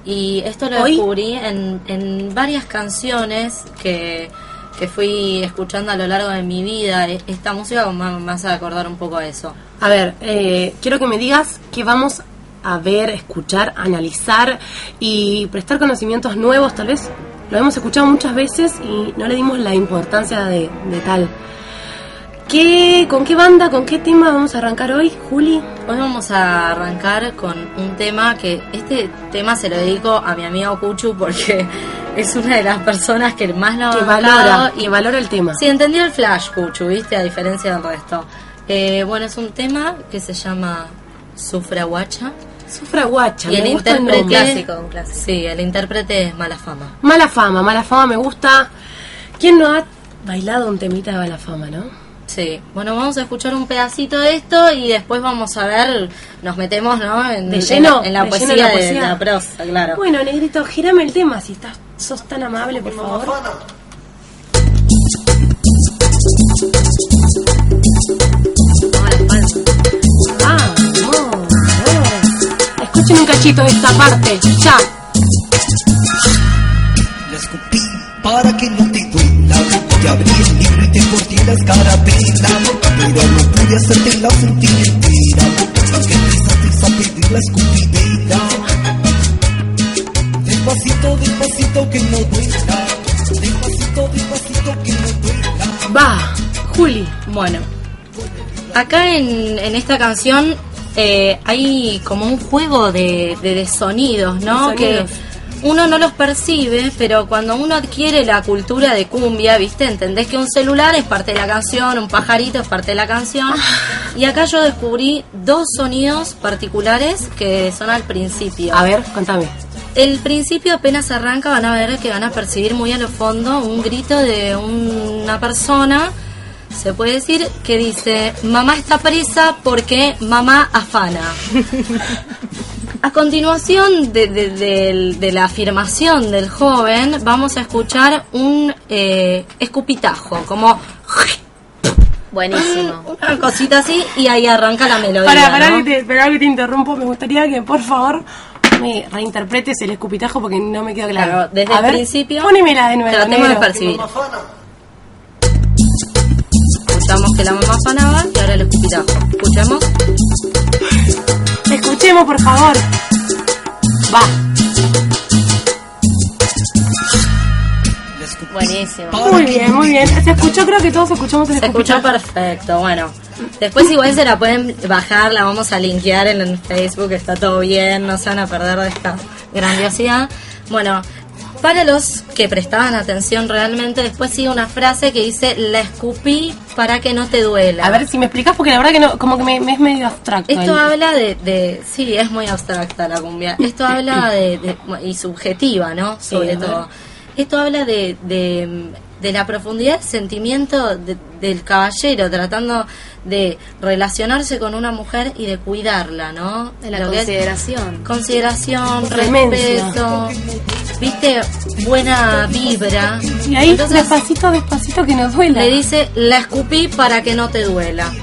Speaker 2: Y esto lo
Speaker 1: Hoy-
Speaker 2: descubrí en, en varias canciones que, que fui escuchando a lo largo de mi vida. E- Esta música me me hace acordar un poco a eso.
Speaker 1: A ver, eh, quiero que me digas qué vamos a ver, escuchar, analizar y prestar conocimientos nuevos, tal vez lo hemos escuchado muchas veces y no le dimos la importancia de, de tal. ¿Qué, ¿Con qué banda, con qué tema vamos a arrancar hoy, Juli?
Speaker 2: Hoy vamos a arrancar con un tema que este tema se lo dedico a mi amigo Cuchu porque es una de las personas que más lo ha
Speaker 1: Que
Speaker 2: bancado
Speaker 1: valora,
Speaker 2: y
Speaker 1: que valora el tema.
Speaker 2: Sí, entendió el flash Cuchu, viste, a diferencia del resto. Eh, bueno, es un tema que se llama Sufraguacha
Speaker 1: Sufraguacha,
Speaker 2: y el
Speaker 1: me gusta el
Speaker 2: intérprete
Speaker 1: nombre.
Speaker 3: Clásico, un clásico.
Speaker 2: Sí, el intérprete es Mala Fama.
Speaker 1: Mala fama, mala fama me gusta. ¿Quién no ha bailado un temita de mala fama, no?
Speaker 2: Sí, bueno, vamos a escuchar un pedacito de esto y después vamos a ver, nos metemos, ¿no? En,
Speaker 1: ¿De lleno?
Speaker 2: en, en la
Speaker 1: ¿De lleno
Speaker 2: poesía
Speaker 1: en la
Speaker 2: de-
Speaker 1: poesía?
Speaker 2: de la prosa, claro.
Speaker 1: Bueno, negrito, gírame el tema si estás, sos tan amable, por favor. Ah, no, no. Escuchen un cachito de esta parte, ya.
Speaker 9: La escupí para que no te duela Te abrí el libro y te corté la escarapela Pero no pude hacerte la sentir entera Tras que empezaste a pedir la escupidera Despacito, despacito que no duela Despacito, despacito que no duela
Speaker 1: Va, Juli.
Speaker 2: Bueno, Acá en, en esta canción eh, hay como un juego de, de- de sonidos, ¿no?
Speaker 1: De
Speaker 2: que
Speaker 1: sonidos.
Speaker 2: uno no los percibe, pero cuando uno adquiere la cultura de cumbia, ¿viste? Entendés que un celular es parte de la canción, un pajarito es parte de la canción.
Speaker 1: Ah.
Speaker 2: Y acá yo descubrí dos sonidos particulares que son al principio.
Speaker 1: A ver, contame.
Speaker 2: El principio apenas arranca van a ver que van a percibir muy a lo fondo un grito de una persona, se puede decir, que dice, mamá está presa porque mamá afana. A continuación de, de- del- de la afirmación del joven, vamos a escuchar un eh, escupitajo, como
Speaker 3: Buenísimo.
Speaker 2: una cosita así, y ahí arranca la melodía.
Speaker 1: Para, para
Speaker 2: ¿no?
Speaker 1: que, te, pará que te interrumpo, me gustaría que por favor me reinterpretes el escupitajo porque no me quedó claro.
Speaker 2: Claro, desde
Speaker 1: A
Speaker 2: el
Speaker 1: ver,
Speaker 2: principio
Speaker 1: Pónemela de nuevo.
Speaker 2: tratemos de
Speaker 1: negro.
Speaker 2: percibir. Escuchamos que la mamá afanaba y ahora el escupitajo. Escuchamos.
Speaker 1: Escuchemos, por favor. Va.
Speaker 3: Buenísimo.
Speaker 1: Muy bien, muy bien. Se escuchó, creo que todos escuchamos el
Speaker 2: Se escuchó
Speaker 1: escupitajo.
Speaker 2: perfecto, bueno. Después igual se la pueden bajar, la vamos a linkear en el Facebook, está todo bien, no se van a perder de esta grandiosidad. Bueno, para los que prestaban atención realmente, después sigue una frase que dice, la escupí para que no te duela.
Speaker 1: A ver si me explicas porque la verdad que no, como que me, me es medio abstracto.
Speaker 2: Esto
Speaker 1: el-
Speaker 2: habla de, de- Sí, es muy abstracta la cumbia. Esto habla de, de- Y subjetiva, ¿no? Sobre
Speaker 1: a ver.
Speaker 2: todo. Esto habla de, de, de la profundidad del sentimiento de- del caballero, tratando de relacionarse con una mujer y de cuidarla, ¿no?
Speaker 3: De la
Speaker 2: Lo que es
Speaker 3: consideración.
Speaker 2: consideración,
Speaker 1: Clemencia.
Speaker 2: respeto, viste, buena vibra.
Speaker 1: Y ahí
Speaker 2: Entonces,
Speaker 1: despacito, despacito que nos duela.
Speaker 2: le dice, la escupí para que no te duela.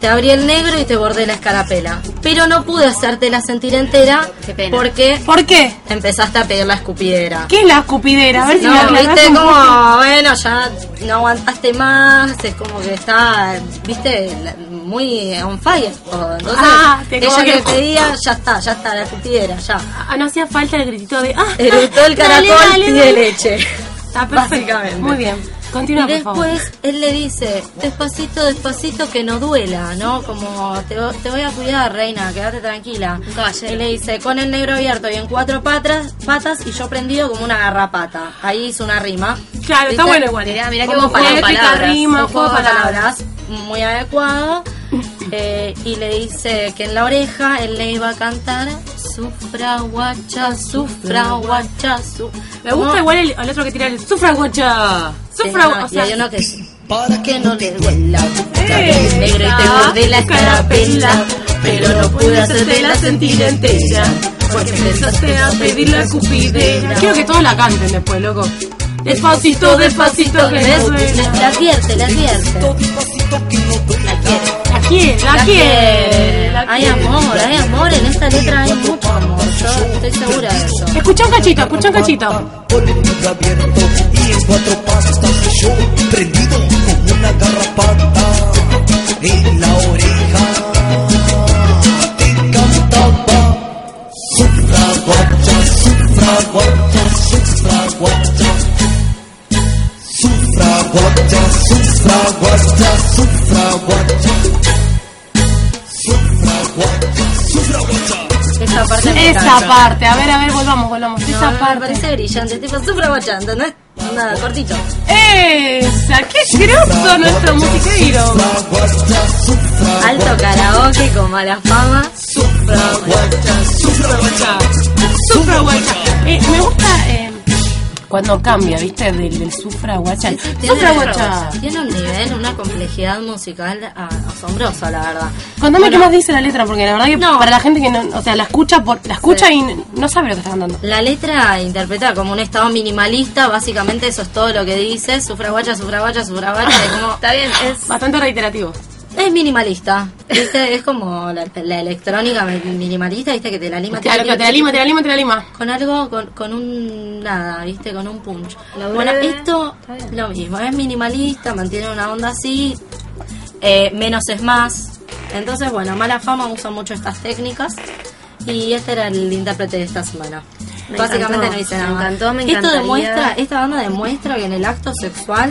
Speaker 2: Te abrí el negro y te bordé la escarapela. Pero no pude hacértela sentir entera
Speaker 3: Qué pena.
Speaker 2: porque
Speaker 1: ¿Por qué?
Speaker 2: empezaste a pedir la escupidera.
Speaker 1: ¿Qué es la escupidera? A ver si me
Speaker 2: No,
Speaker 1: aclarás
Speaker 2: viste
Speaker 1: un
Speaker 2: como,
Speaker 1: poco.
Speaker 2: bueno, ya no aguantaste más, es como que está, viste, la- muy on fire. todo. Entonces,
Speaker 1: Ah, te como
Speaker 2: ella
Speaker 1: que-
Speaker 2: que pedía, ya está, ya está, la escupidera, ya.
Speaker 1: Ah, no hacía falta el gritito de. Ah,
Speaker 2: Eructó
Speaker 1: dale,
Speaker 2: el caracol
Speaker 1: dale,
Speaker 2: y de
Speaker 1: dale.
Speaker 2: leche.
Speaker 1: Está Ah, perfecto.
Speaker 2: Básicamente.
Speaker 1: Muy bien. Continúa,
Speaker 2: Y
Speaker 1: por favor.
Speaker 2: después él le dice, despacito, despacito, que no duela, ¿no? Como, te, vo- te voy a cuidar, reina, quédate tranquila.
Speaker 3: caballero.
Speaker 2: Y le dice, con el negro abierto y en cuatro patas, patas y yo prendido como una garrapata. Ahí hizo una rima.
Speaker 1: Claro, está
Speaker 2: ¿Viste?
Speaker 1: bueno igual.
Speaker 3: Mirá, mirá qué
Speaker 2: Como
Speaker 3: buen juego de
Speaker 2: poética
Speaker 3: palabras.
Speaker 1: rima,
Speaker 2: Un juego de
Speaker 1: palabras.
Speaker 2: palabras muy adecuado. Eh, y le dice que en la oreja él le iba a cantar sufra guacha, sufra guacha, su...
Speaker 1: Me gusta
Speaker 2: No,
Speaker 1: igual el, al otro que tira el sufragocha.
Speaker 2: sí,
Speaker 1: Sufragocha.
Speaker 2: no,
Speaker 1: O sea,
Speaker 2: y hay uno que es-
Speaker 9: Para
Speaker 2: que
Speaker 9: que
Speaker 2: no le duela.
Speaker 1: Esa,
Speaker 2: negro y te bordé la escarapela, pero no pude hacértela sentir entera, porque empezaste a pedir la escupidera.
Speaker 1: Quiero que todos la canten después, loco. Despacito, despacito, que no duela.
Speaker 2: La advierte, la advierte.
Speaker 1: La quiere, la quiere. la
Speaker 2: Hay
Speaker 1: quiere.
Speaker 2: amor, hay amor, en esta letra hay mucho amor, yo estoy segura de eso.
Speaker 1: Escucha un cachito, escucha un cachito.
Speaker 9: Con el libro abierto y en cuatro pasos estás yo prendido con una garrapata en la oreja. Te cantaba sufra guacha, sufra guacha, sufra guacha. Sufra guacha, sufra guacha, sufra guacha. Sufra guacha, sufra guacha.
Speaker 2: Esa parte me
Speaker 1: Esa
Speaker 2: encanta.
Speaker 1: parte, a ver, a ver, volvamos, volvamos.
Speaker 2: No,
Speaker 1: Esa
Speaker 2: me
Speaker 1: parte.
Speaker 2: parece brillante, tipo sufra guachando, ¿no? Nada, cortito.
Speaker 1: Esa, qué groso nuestro musiquero.
Speaker 2: Alto karaoke con mala fama.
Speaker 1: Sufra guacha. Eh, me gusta eh, cuando cambia, ¿viste? Del, del sufra guacha. al Sufra guacha.
Speaker 2: Tiene un nivel, una complejidad musical ah, asombrosa, la verdad.
Speaker 1: Contame
Speaker 2: Bueno,
Speaker 1: qué más dice la letra, porque la verdad que
Speaker 2: No.
Speaker 1: para la gente que no, o sea, la escucha, por, la escucha y n- no sabe lo que está cantando.
Speaker 2: La letra interpreta como un estado minimalista, básicamente eso es todo lo que dice, sufraguacha, sufraguacha, sufraguacha, es como...
Speaker 3: Está bien, es
Speaker 1: Bastante reiterativo.
Speaker 2: Es minimalista, ¿viste? es como la, la electrónica minimalista, ¿viste? Que te la lima, te la
Speaker 1: Claro,
Speaker 2: lima,
Speaker 1: que te la lima, te la lima, te la lima.
Speaker 2: con algo, con, con un nada, ¿viste? Con un punch.
Speaker 3: Lo
Speaker 2: bueno,
Speaker 3: breve,
Speaker 2: esto
Speaker 3: está bien.
Speaker 2: lo mismo, es minimalista, mantiene una onda así, eh, menos es más. Entonces, bueno, mala fama usa mucho estas técnicas y este era el intérprete de esta semana.
Speaker 3: Me
Speaker 2: Básicamente
Speaker 3: encantó,
Speaker 2: no dice
Speaker 3: me
Speaker 2: nada. más.
Speaker 3: encantó, me
Speaker 2: Esto
Speaker 3: encantaría.
Speaker 2: demuestra, esta banda demuestra que en el acto sexual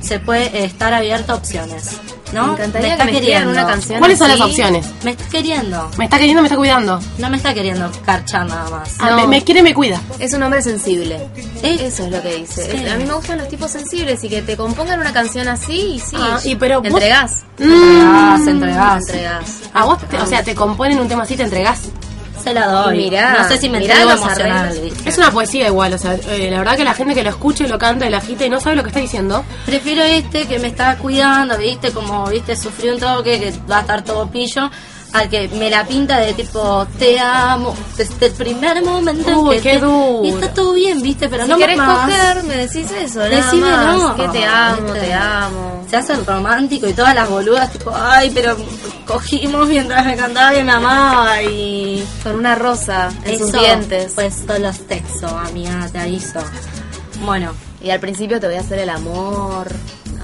Speaker 2: se puede eh, estar abierto a opciones. ¿no?
Speaker 3: Me encantaría
Speaker 2: está
Speaker 3: que me escriban
Speaker 2: queriendo.
Speaker 3: una canción.
Speaker 1: ¿Cuáles son las
Speaker 3: así.
Speaker 1: opciones?
Speaker 2: Me está queriendo.
Speaker 1: Me está queriendo, me está cuidando.
Speaker 2: No me está queriendo carchar nada más.
Speaker 1: Ah,
Speaker 3: No.
Speaker 1: me, me quiere, me cuida.
Speaker 3: Es un hombre sensible.
Speaker 2: Es-
Speaker 3: Eso es lo que dice.
Speaker 2: Sí.
Speaker 3: A mí me gustan los tipos sensibles y que te compongan una canción así y sí.
Speaker 1: Ah, y pero vos-
Speaker 3: entregás.
Speaker 1: Mm.
Speaker 2: Entregás, entregás.
Speaker 3: Entregás.
Speaker 1: A vos, te- o sea, te componen un tema así, te entregás.
Speaker 2: Se la doy.
Speaker 3: Y mirá,
Speaker 2: no sé si me
Speaker 3: mirá
Speaker 2: entrego
Speaker 3: los
Speaker 2: emocional.
Speaker 3: arreglos.
Speaker 2: ¿viste?
Speaker 1: Es una poesía igual, o sea, eh, la verdad que la gente que lo escucha y lo canta y la agita y no sabe lo que está diciendo,
Speaker 2: Prefiero este que me está cuidando, viste, como viste, sufrí un toque que va a estar todo pillo, al que me la pinta de tipo, te amo, desde el primer momento.
Speaker 1: Uy,
Speaker 2: en que
Speaker 1: qué
Speaker 2: te-
Speaker 1: duro.
Speaker 2: Y está todo bien, viste, pero
Speaker 3: Si
Speaker 2: no
Speaker 3: querés
Speaker 2: más.
Speaker 3: coger, me decís eso. nada
Speaker 2: Decímelo.
Speaker 3: más. Que te amo,
Speaker 2: Viste.
Speaker 3: te
Speaker 1: Este,
Speaker 3: amo.
Speaker 2: Se hace romántico y todas las boludas, tipo, ay, pero cogimos mientras me cantaba y me amaba y.
Speaker 3: Con una rosa en sus
Speaker 2: Eso,
Speaker 3: dientes.
Speaker 2: Pues todos los textos,
Speaker 3: Ah,
Speaker 2: amiga, te aviso. Bueno,
Speaker 3: Y al principio te voy a hacer el amor.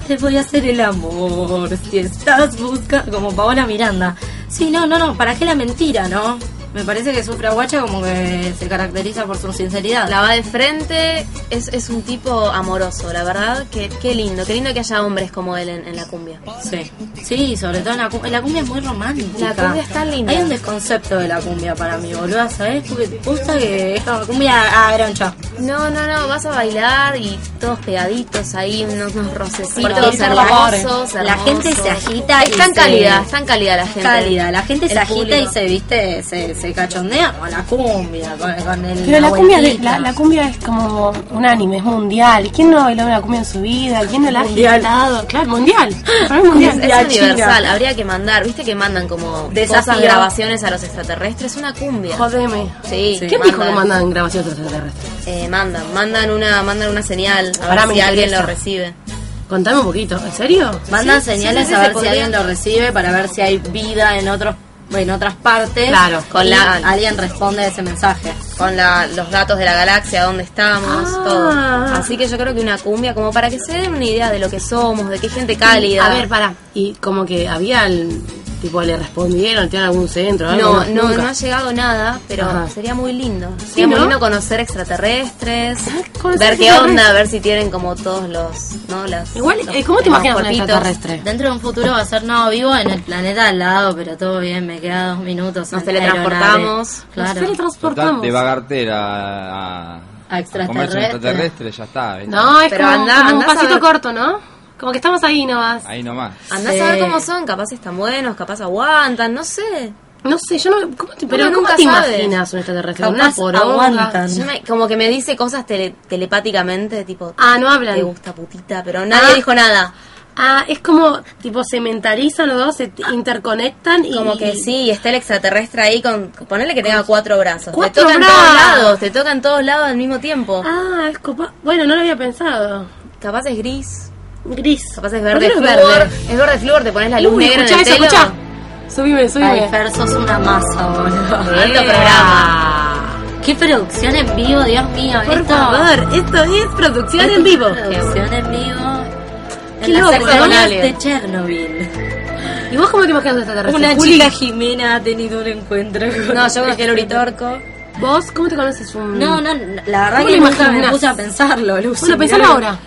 Speaker 2: te voy a hacer el amor si estás buscando. Como Paola Miranda. Sí, no, no, no, ¿para qué la mentira, no? Me parece que Sufra Guacha como que se caracteriza por su sinceridad.
Speaker 3: La va de frente. Es, es un tipo amoroso, la verdad. que- Qué, lindo. Qué lindo que haya hombres como él en, en la cumbia.
Speaker 2: Sí, sí, sobre todo en la cumbia. La cumbia es muy
Speaker 3: La
Speaker 2: romántica.
Speaker 3: cumbia es tan linda.
Speaker 2: Hay un desconcepto de la cumbia para mí, boluda, ¿sabes? Porque te gusta que es como cumbia a groncha.
Speaker 3: No, no, no. Vas a bailar y todos pegaditos ahí, unos, unos
Speaker 2: Porque
Speaker 3: rocecitos
Speaker 2: es
Speaker 3: hermosos,
Speaker 2: La gente se agita
Speaker 3: Es
Speaker 2: y
Speaker 3: tan
Speaker 2: se-
Speaker 3: cálida, es tan cálida la gente.
Speaker 2: Cálida, la gente se
Speaker 3: El
Speaker 2: agita y
Speaker 3: público.
Speaker 2: se viste, se, se cachondea con la cumbia, con, con el.
Speaker 1: Pero la cumbia, de-
Speaker 2: vueltita.
Speaker 1: la, la cumbia es como unánime, es mundial. ¿Quién no bailó una cumbia en su vida? ¿Quién no la ha agitado? Claro, mundial. Para mí
Speaker 3: Es,
Speaker 1: mundial.
Speaker 3: es universal, habría que mandar, viste que mandan como de esas
Speaker 2: Desafío.
Speaker 3: grabaciones a los extraterrestres, una cumbia.
Speaker 1: Jodeme.
Speaker 3: Sí,
Speaker 1: ¿Quién dijo que
Speaker 3: mandan?
Speaker 1: mandan grabaciones extraterrestres?
Speaker 3: Eh, mandan, mandan una, mandan una señal a
Speaker 1: Ahora
Speaker 3: ver
Speaker 1: me
Speaker 3: si alguien
Speaker 1: interesa.
Speaker 3: lo recibe.
Speaker 1: Contame un poquito, ¿en serio?
Speaker 2: Mandan
Speaker 3: Sí, sí,
Speaker 2: señales
Speaker 3: sí,
Speaker 2: a
Speaker 3: se
Speaker 2: ver si
Speaker 3: podría.
Speaker 2: alguien lo recibe para ver si hay vida en otros en otras partes.
Speaker 1: Claro,
Speaker 3: con
Speaker 2: Y
Speaker 3: la-
Speaker 2: alguien responde a ese mensaje.
Speaker 3: Con la- los datos de la galaxia, dónde estamos,
Speaker 1: Ah.
Speaker 3: todo. Así que yo creo que una cumbia, como para que se den una idea de lo que somos, de qué gente cálida.
Speaker 1: A ver, pará. Y como que había, el- tipo, le respondieron, tienen algún centro, algo.
Speaker 3: no, no,
Speaker 1: Nunca.
Speaker 3: no ha llegado nada, pero
Speaker 1: Ajá.
Speaker 3: sería muy lindo. Sería muy
Speaker 1: ¿no? Ah,
Speaker 3: lindo conocer extraterrestres,
Speaker 1: Conocer
Speaker 3: ver qué
Speaker 1: extraterrestres.
Speaker 3: onda, ver si tienen como todos los, ¿no? Las,
Speaker 1: Igual,
Speaker 3: los-
Speaker 1: eh, ¿cómo te
Speaker 3: los
Speaker 1: imaginas un
Speaker 3: cuerpitos.
Speaker 1: extraterrestre?
Speaker 2: Dentro de un futuro va a ser no vivo en el planeta al lado, pero todo bien, me queda dos minutos.
Speaker 3: Nos
Speaker 2: en
Speaker 3: teletransportamos.
Speaker 2: aeronave.
Speaker 1: Nos
Speaker 2: Claro.
Speaker 5: Total,
Speaker 1: teletransportamos.
Speaker 5: te va a cartera a, a,
Speaker 2: A
Speaker 5: a comerse un
Speaker 2: extraterrestre.
Speaker 5: extraterrestre, ya está. ¿viste?
Speaker 1: No, es
Speaker 3: Pero
Speaker 1: como,
Speaker 3: andá-
Speaker 1: como un
Speaker 3: andá a
Speaker 1: pasito
Speaker 3: saber-
Speaker 1: corto, ¿no? Como que estamos ahí nomás.
Speaker 5: Ahí nomás.
Speaker 3: Andás
Speaker 2: Sí.
Speaker 3: a ver cómo son, capaz están buenos, capaz aguantan, no sé.
Speaker 1: No sé, yo no... ¿cómo te, pero
Speaker 3: Uno
Speaker 1: ¿cómo
Speaker 3: nunca
Speaker 1: te
Speaker 3: sabe.
Speaker 1: imaginas un extraterrestre?
Speaker 2: Capaz
Speaker 1: Una poronga.
Speaker 2: aguantan.
Speaker 3: Yo me- como que me dice cosas tele- telepáticamente, tipo,
Speaker 1: Ah, no hablan.
Speaker 3: te gusta putita, pero nadie
Speaker 1: Ah.
Speaker 3: dijo nada.
Speaker 1: Ah, es como, tipo, se mentalizan los dos, se t- interconectan y...
Speaker 3: Como que sí, y está el extraterrestre ahí con, ponele que tenga cuatro brazos.
Speaker 1: ¡Cuatro
Speaker 3: te toca en
Speaker 1: brazos!
Speaker 3: todos lados, te toca en todos lados al mismo tiempo.
Speaker 1: Ah, es copa... Bueno, no lo había pensado.
Speaker 3: Capaz es gris,
Speaker 1: Gris.
Speaker 3: capaz
Speaker 1: ¿Por
Speaker 3: es
Speaker 1: qué
Speaker 3: verde
Speaker 1: no
Speaker 3: flúor, es verde flúor, te pones la luz
Speaker 1: Uy,
Speaker 3: negra
Speaker 1: escuchá
Speaker 3: en
Speaker 1: eso,
Speaker 3: el pelo.
Speaker 1: escuchá. Subime,
Speaker 2: Ay,
Speaker 1: subime.
Speaker 2: Fer, sos una masa, boludo.
Speaker 3: Alto programa.
Speaker 2: Qué producción en vivo, Dios mío.
Speaker 1: Por
Speaker 2: esto,
Speaker 1: favor, esto es producción en vivo.
Speaker 2: Producción en vivo.
Speaker 1: Qué
Speaker 2: en las
Speaker 1: loco,
Speaker 2: cercanías
Speaker 1: Natalia.
Speaker 2: de Chernobyl.
Speaker 1: ¿Y vos cómo te imaginas un extraterrestre?
Speaker 2: Una
Speaker 1: Juli,
Speaker 2: chica Jimena ha tenido un encuentro con...
Speaker 3: No, yo conocí el Uritorco.
Speaker 1: ¿Vos cómo te conoces un...?
Speaker 2: No, no, la verdad
Speaker 1: ¿Cómo
Speaker 2: que
Speaker 1: lo
Speaker 2: nunca me
Speaker 1: imaginás?
Speaker 2: puse a pensarlo, Lucy.
Speaker 1: Bueno, pensalo
Speaker 2: Mirá.
Speaker 1: ahora.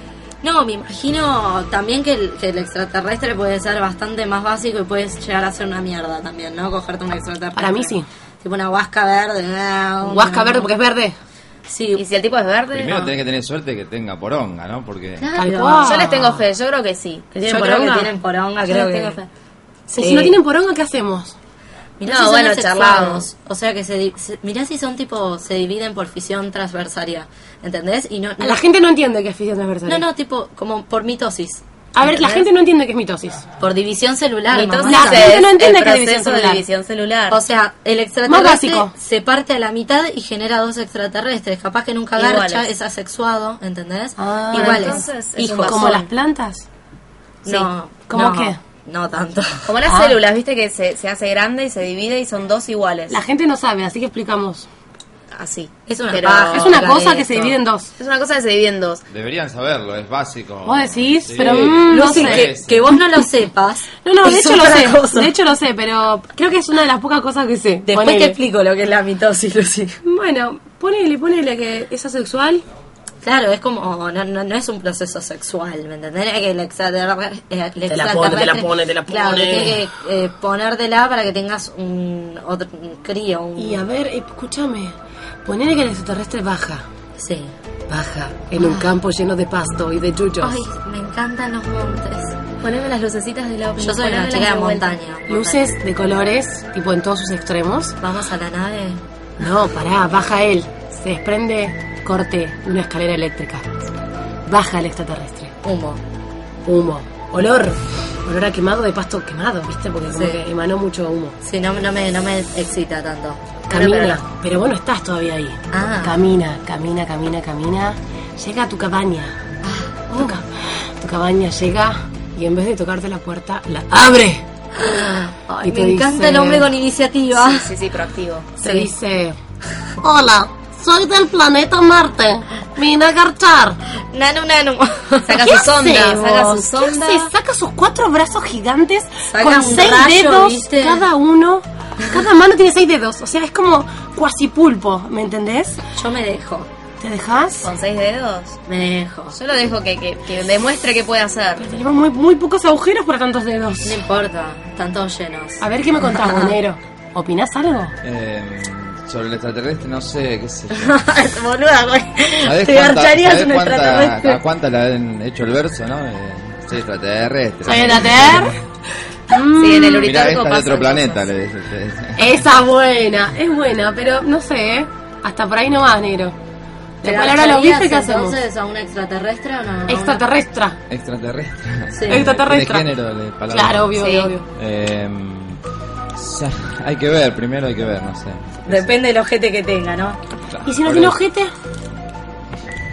Speaker 2: No, me imagino también que el, que el extraterrestre puede ser bastante más básico y puedes llegar a ser una mierda también, ¿no? Cogerte un extraterrestre.
Speaker 1: Para mí sí.
Speaker 2: Tipo una huasca verde. una-
Speaker 1: Huasca verde porque es verde.
Speaker 3: Y
Speaker 2: Sí,
Speaker 3: si el tipo es verde,
Speaker 5: Primero
Speaker 3: no.
Speaker 5: tenés que tener suerte que tenga poronga, ¿no? Porque
Speaker 1: Tal
Speaker 2: claro.
Speaker 1: cual.
Speaker 3: yo les tengo fe, yo creo que sí.
Speaker 1: ¿Que
Speaker 2: Yo
Speaker 1: tienen
Speaker 2: creo que
Speaker 1: poronga?
Speaker 2: tienen poronga,
Speaker 3: Yo
Speaker 2: creo
Speaker 3: les
Speaker 2: que...
Speaker 3: tengo fe.
Speaker 1: Sí, Si no tienen poronga, ¿qué hacemos?
Speaker 2: Mirá
Speaker 3: No,
Speaker 2: si son
Speaker 3: bueno,
Speaker 2: asexuados.
Speaker 3: charlamos.
Speaker 2: O sea que se, di- se- mirá si son tipo, se dividen por fisión transversaria, ¿entendés? Y no,
Speaker 1: A La gente no entiende que es fisión transversal.
Speaker 2: no, no, tipo, como por mitosis,
Speaker 1: A ver, la gente no entiende que es mitosis.
Speaker 2: por división celular.
Speaker 3: Entonces,
Speaker 2: mamá.
Speaker 1: La gente no entiende
Speaker 3: el
Speaker 1: que es división
Speaker 3: proceso de
Speaker 1: celular.
Speaker 3: división celular.
Speaker 2: O sea, el
Speaker 1: Más
Speaker 2: extraterrestre
Speaker 1: básico.
Speaker 2: se parte a la mitad y genera dos extraterrestres. Capaz que nunca
Speaker 3: Iguales.
Speaker 2: garcha, es asexuado, ¿entendés?
Speaker 1: Ah,
Speaker 2: Iguales.
Speaker 3: entonces es un
Speaker 2: hijos.
Speaker 3: Corazón.
Speaker 1: Como las plantas.
Speaker 2: No,
Speaker 1: ¿Cómo
Speaker 2: no,
Speaker 1: qué?
Speaker 2: No tanto. Ah.
Speaker 3: Como las
Speaker 1: Ah.
Speaker 3: células, viste que se, se hace grande y se divide y son dos iguales.
Speaker 1: La gente no sabe, así que explicamos.
Speaker 3: Así.
Speaker 2: Es una
Speaker 3: Pero-
Speaker 2: paja,
Speaker 1: es una
Speaker 2: la
Speaker 1: cosa
Speaker 2: de
Speaker 1: que se
Speaker 2: esto.
Speaker 1: divide en dos.
Speaker 3: Es una cosa que se divide en dos.
Speaker 5: deberían saberlo, es básico.
Speaker 1: Vos decís,
Speaker 5: Sí,
Speaker 1: pero, mm, no
Speaker 2: Lucy,
Speaker 1: sé.
Speaker 2: que, que vos no lo sepas.
Speaker 1: No, no, de
Speaker 2: es
Speaker 1: hecho lo
Speaker 2: otra
Speaker 1: sé.
Speaker 2: cosa.
Speaker 1: De hecho lo sé, pero creo que es una de las pocas cosas que sé.
Speaker 2: Después
Speaker 1: Ponele.
Speaker 2: te explico lo que es la mitosis, Lucy.
Speaker 1: Bueno, ponele, ponele que es asexual.
Speaker 2: Claro, es como, no, no, no es un proceso sexual, ¿me entendés? Es que el extraterrestre... eh, el
Speaker 10: Te la pone, te la
Speaker 2: extraterrestre-
Speaker 10: pone, te la
Speaker 2: Claro,
Speaker 10: pone.
Speaker 2: que tiene que eh, ponértela para que tengas un, otro, un crío, un...
Speaker 1: Y a ver, escúchame, ponele que el extraterrestre baja,
Speaker 2: Sí.
Speaker 1: baja en un campo lleno de pasto y de chuchos.
Speaker 2: Ay, me encantan los montes.
Speaker 3: Poneme las lucecitas de la
Speaker 2: Yo soy una chica de montaña.
Speaker 1: Luces de colores, tipo en todos sus extremos.
Speaker 2: Vamos a la nave.
Speaker 1: No, pará, baja él. Se desprende corte de una escalera eléctrica. Baja el extraterrestre.
Speaker 2: Humo.
Speaker 1: Humo. Olor. Olor a quemado de pasto quemado, ¿viste? Porque como
Speaker 2: Sí.
Speaker 1: que emanó mucho humo.
Speaker 2: Sí, no, no, me, no me excita tanto.
Speaker 1: Camina, pero bueno, estás todavía ahí.
Speaker 2: Ah.
Speaker 1: Camina, camina, camina, camina. Llega a tu cabaña.
Speaker 2: Ah.
Speaker 1: Tu, ca- tu cabaña llega y en vez de tocarte la puerta, la abre.
Speaker 2: Ay,
Speaker 1: Y te
Speaker 2: me encanta
Speaker 1: dice-
Speaker 2: el hombre con iniciativa.
Speaker 3: Sí, sí, sí, proactivo.
Speaker 1: Te dice: Hola, soy del planeta Marte. Vine a garchar.
Speaker 2: Nanu, nanu.
Speaker 3: Saca
Speaker 1: ¿Qué
Speaker 3: su sonda,
Speaker 1: hacemos?
Speaker 3: saca su
Speaker 1: ¿Qué
Speaker 3: sonda.
Speaker 1: hace? Saca sus cuatro brazos gigantes
Speaker 2: Saca
Speaker 1: con
Speaker 2: un
Speaker 1: seis
Speaker 2: rayo,
Speaker 1: dedos
Speaker 2: ¿viste?
Speaker 1: cada uno. Cada mano tiene seis dedos. O sea, es como cuasipulpo, ¿me entendés?
Speaker 2: Yo me dejo.
Speaker 1: ¿Te dejás?
Speaker 3: Con seis dedos.
Speaker 2: Me dejo.
Speaker 3: Yo lo dejo que, que, que demuestre que puede hacer.
Speaker 1: Pero tenemos muy, muy pocos agujeros para tantos dedos.
Speaker 2: No importa, están todos llenos.
Speaker 1: A ver qué me contás, Bonero. ¿Opinás algo?
Speaker 5: Eh, sobre el extraterrestre, no sé, qué sé yo.
Speaker 2: Boluda, güey.
Speaker 5: ¿Sabés
Speaker 2: Te
Speaker 5: cuánta-
Speaker 2: garcharías
Speaker 5: sabés
Speaker 2: un
Speaker 5: cuánta-
Speaker 2: extraterrestre.
Speaker 5: ¿A cuánta le han hecho el verso, no? Eh, soy extraterrestre.
Speaker 1: Soy el ATR.
Speaker 3: Sí, en el
Speaker 5: Mirá,
Speaker 3: uritorco
Speaker 5: esta es de
Speaker 3: pasa
Speaker 5: otro planeta, le dice.
Speaker 1: Mm. Esa buena, es buena, pero no sé, ¿eh? Hasta por ahí no vas, negro.
Speaker 2: ¿Te
Speaker 1: Después ahora lo
Speaker 2: garcharías
Speaker 1: viste, ¿qué hacemos?
Speaker 2: entonces a un extraterrestre o no?
Speaker 1: Extraterrestre.
Speaker 5: Extraterrestre.
Speaker 2: Sí.
Speaker 1: Extraterrestre.
Speaker 5: Tiene género de palabra.
Speaker 1: Claro, obvio,
Speaker 3: Sí.
Speaker 1: obvio, obvio.
Speaker 5: Eh, sa- hay que ver, primero hay que ver, no sé.
Speaker 2: Depende del ojete que tenga, ¿no?
Speaker 1: ¿Y si no
Speaker 5: Por
Speaker 1: tiene
Speaker 5: eso.
Speaker 1: ojete?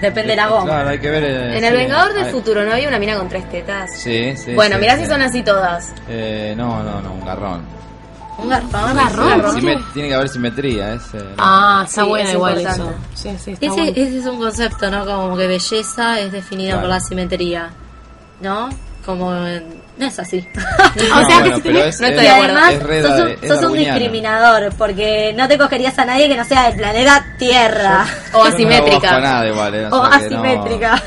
Speaker 2: Depende de la goma.
Speaker 5: Claro, hay que ver. eh,
Speaker 3: En el
Speaker 5: sí,
Speaker 3: Vengador del
Speaker 5: hay-
Speaker 3: Futuro no había una mina con tres tetas.
Speaker 5: Sí, sí.
Speaker 3: bueno,
Speaker 5: sí,
Speaker 3: mirá
Speaker 5: sí.
Speaker 3: si son así todas.
Speaker 5: Eh, no, no, no, un garrón.
Speaker 2: Un garpón.
Speaker 1: Garrón.
Speaker 5: Sime- Tiene que haber simetría, ese.
Speaker 1: Ah, está
Speaker 3: Sí,
Speaker 1: buena
Speaker 3: es
Speaker 1: igual eso.
Speaker 3: importante.
Speaker 1: Sí, sí, está
Speaker 2: Ese,
Speaker 1: bueno.
Speaker 2: ese es un concepto, ¿no? Como que belleza es definida
Speaker 5: Claro.
Speaker 2: por la simetría, ¿no? Como... eh, No es así.
Speaker 1: O sea que
Speaker 5: bueno,
Speaker 1: si
Speaker 5: pero
Speaker 1: tenés-
Speaker 5: es-
Speaker 3: no
Speaker 5: es-
Speaker 3: estoy
Speaker 2: Y
Speaker 3: de acuerdo.
Speaker 2: además,
Speaker 5: es re
Speaker 2: sos un,
Speaker 5: dar- es
Speaker 2: sos un
Speaker 5: darwiniano.
Speaker 2: discriminador, porque no te cogerías a nadie que no sea del planeta
Speaker 3: O
Speaker 2: Tierra.
Speaker 5: Yo no me hago
Speaker 3: asimétrica.
Speaker 5: basconada igual, eh, sea
Speaker 2: o
Speaker 5: que no-
Speaker 2: asimétrica.
Speaker 5: de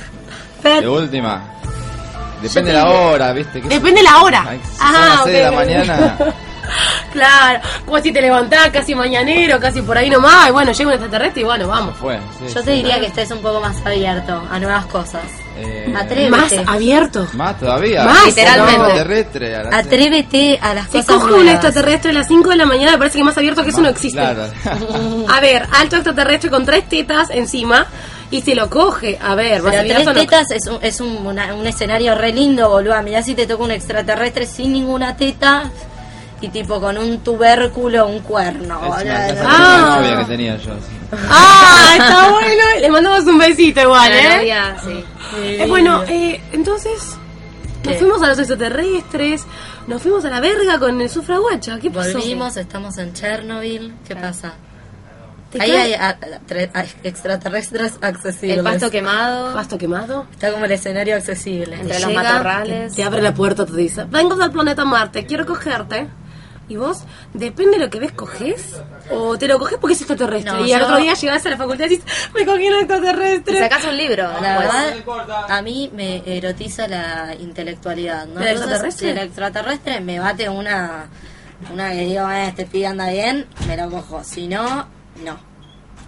Speaker 2: Pero
Speaker 5: última. Depende de la hora, ¿viste? qué sé
Speaker 1: Depende la hora.
Speaker 5: Ay, si son
Speaker 1: Ah,
Speaker 5: las seis de la
Speaker 1: ok.
Speaker 5: mañana.
Speaker 1: Claro, como si te levantás casi mañanero, casi por ahí nomás. Y bueno, llega un extraterrestre y bueno, vamos.
Speaker 5: Fue, sí,
Speaker 2: yo
Speaker 5: sí.
Speaker 2: te diría que estés un poco más abierto a nuevas cosas.
Speaker 5: Eh,
Speaker 2: Atrévete.
Speaker 1: Más abierto.
Speaker 5: Más todavía.
Speaker 1: Más,
Speaker 5: Un
Speaker 1: literalmente. Ah,
Speaker 5: extraterrestre. a la-
Speaker 2: Atrévete a las
Speaker 1: Se
Speaker 2: cosas
Speaker 1: coge un
Speaker 2: nuevas.
Speaker 1: extraterrestre a las 5 de la mañana, me parece que más abierto que eso no existe.
Speaker 5: Claro.
Speaker 1: A ver, alto extraterrestre con tres tetas encima y se lo coge. A ver, vas a
Speaker 2: Pero
Speaker 1: mirar
Speaker 2: tres
Speaker 1: eso no-
Speaker 2: tetas es, un, es un, una- un escenario re lindo, boluda. Mirá si te toca un extraterrestre sin ninguna teta y tipo con un tubérculo, un cuerno,
Speaker 5: Es
Speaker 2: boluda.
Speaker 5: una casa
Speaker 1: Ah.
Speaker 5: de novia que tenía yo. así.
Speaker 1: Ah, está bueno. Le mandamos un besito igual,
Speaker 3: La
Speaker 1: ¿eh?
Speaker 3: novia, sí.
Speaker 1: Eh, bueno, eh, entonces nos fuimos a los extraterrestres, nos fuimos a la verga con el sufraguacha. ¿Qué pasó?
Speaker 2: Volvimos, estamos en Chernobyl. ¿Qué pasa?
Speaker 1: Te
Speaker 2: Ahí
Speaker 1: cae-
Speaker 2: hay ah, a- a- tre- a- extraterrestres accesibles.
Speaker 3: El pasto quemado,
Speaker 1: Pasto quemado.
Speaker 2: Está como el escenario accesible.
Speaker 3: entre los
Speaker 2: Llega-
Speaker 3: matorrales.
Speaker 1: Te abre la puerta, te dice, vengo del planeta Marte, quiero cogerte. Y vos, depende de lo que ves, coges o te lo coges porque es extraterrestre.
Speaker 2: No,
Speaker 1: y al
Speaker 2: yo-
Speaker 1: otro día llegás a la facultad y dices, me cogí un
Speaker 3: Y
Speaker 1: extraterrestre. Pues,
Speaker 3: sacás un libro.
Speaker 2: La
Speaker 3: después.
Speaker 2: verdad, a mí me eh, erotiza la intelectualidad, ¿no?
Speaker 1: ¿El
Speaker 2: Entonces,
Speaker 1: extraterrestre?
Speaker 2: si el extraterrestre me bate una, una que digo, eh, este pibe anda bien, me lo cojo. Si no, no.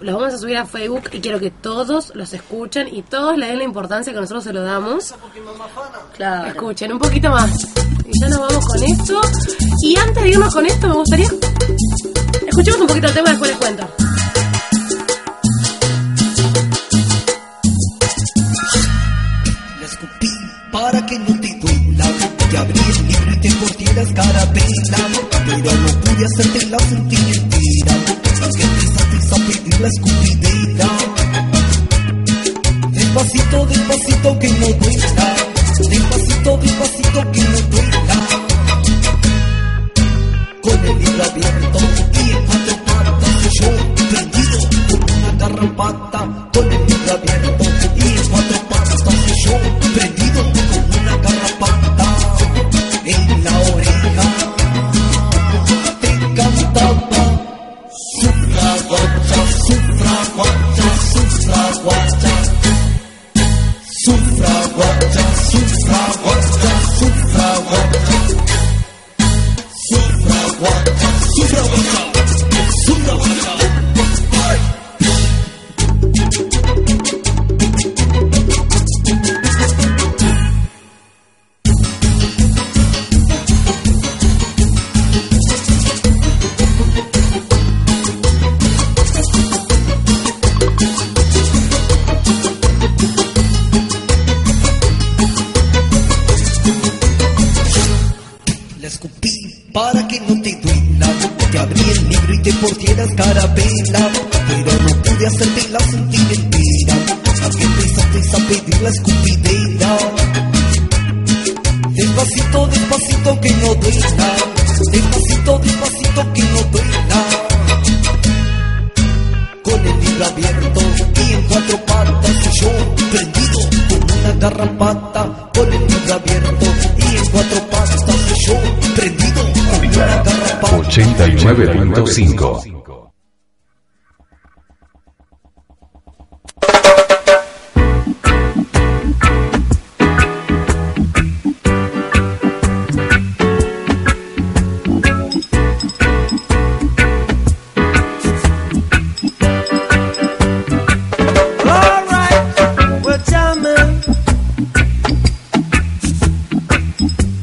Speaker 1: lo vamos a subir a Facebook y quiero que todos los escuchen y todos le den la importancia que nosotros se lo damos.
Speaker 2: Claro.
Speaker 1: Escuchen un poquito más. Y ya nos vamos con esto. Y antes de irnos con esto, me gustaría... Escuchemos un poquito el tema, después les cuento.
Speaker 9: La escupí para que no te duela Te abrí el libro y te corté la escarabela Pero no pude hacerte la sentir entera Estás que empezaste a pedir la escupidera Despacito, despacito que no duela Despacito, despacito que no duela cielo abierto y en cuatro patas yo prendido con una garrapata con el micro abierto y en cuatro patas yo prendido con una garrapata en la oreja te cantaba sufra guacha sufra guacha sufra guacha sufra guacha sufra guacha sufra guacha sufra guacha sufra guacha sufra guacha La escupí para que no te duela. Te abrí el libro y te portieras carabela. Pero no pude hacértela sentir entera. Hasta que empezaste a pedir la escupidera. Despacito, despacito que no duela. Despacito, despacito que no duela. Con el libro abierto y en cuatro patas yo prendido con una garrapata. Con el libro abierto y en cuatro patas yo prendido con una garrapata.
Speaker 7: 89.5
Speaker 6: Alright, well tell me.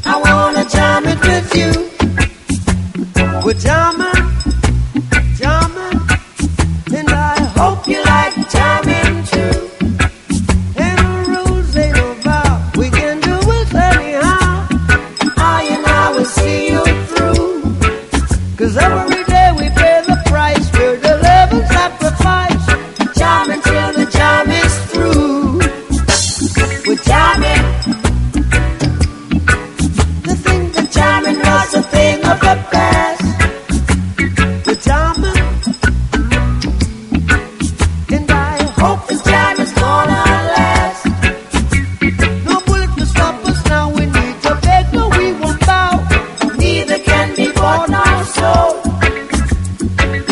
Speaker 6: I wanna jam it with you. We're jamming, jamming, and I hope you like jamming too. And the rules they don't vow, we can do it anyhow. I and I will see you through. Cause every day we pay the price, we're the living sacrifice. Time until the time is through. We're timing. The thing that timing was a thing of the past. We're timing. And I hope this time is gonna last. No bullet can stop us now. We need to beg, but we won't bow. Neither can be born our soul.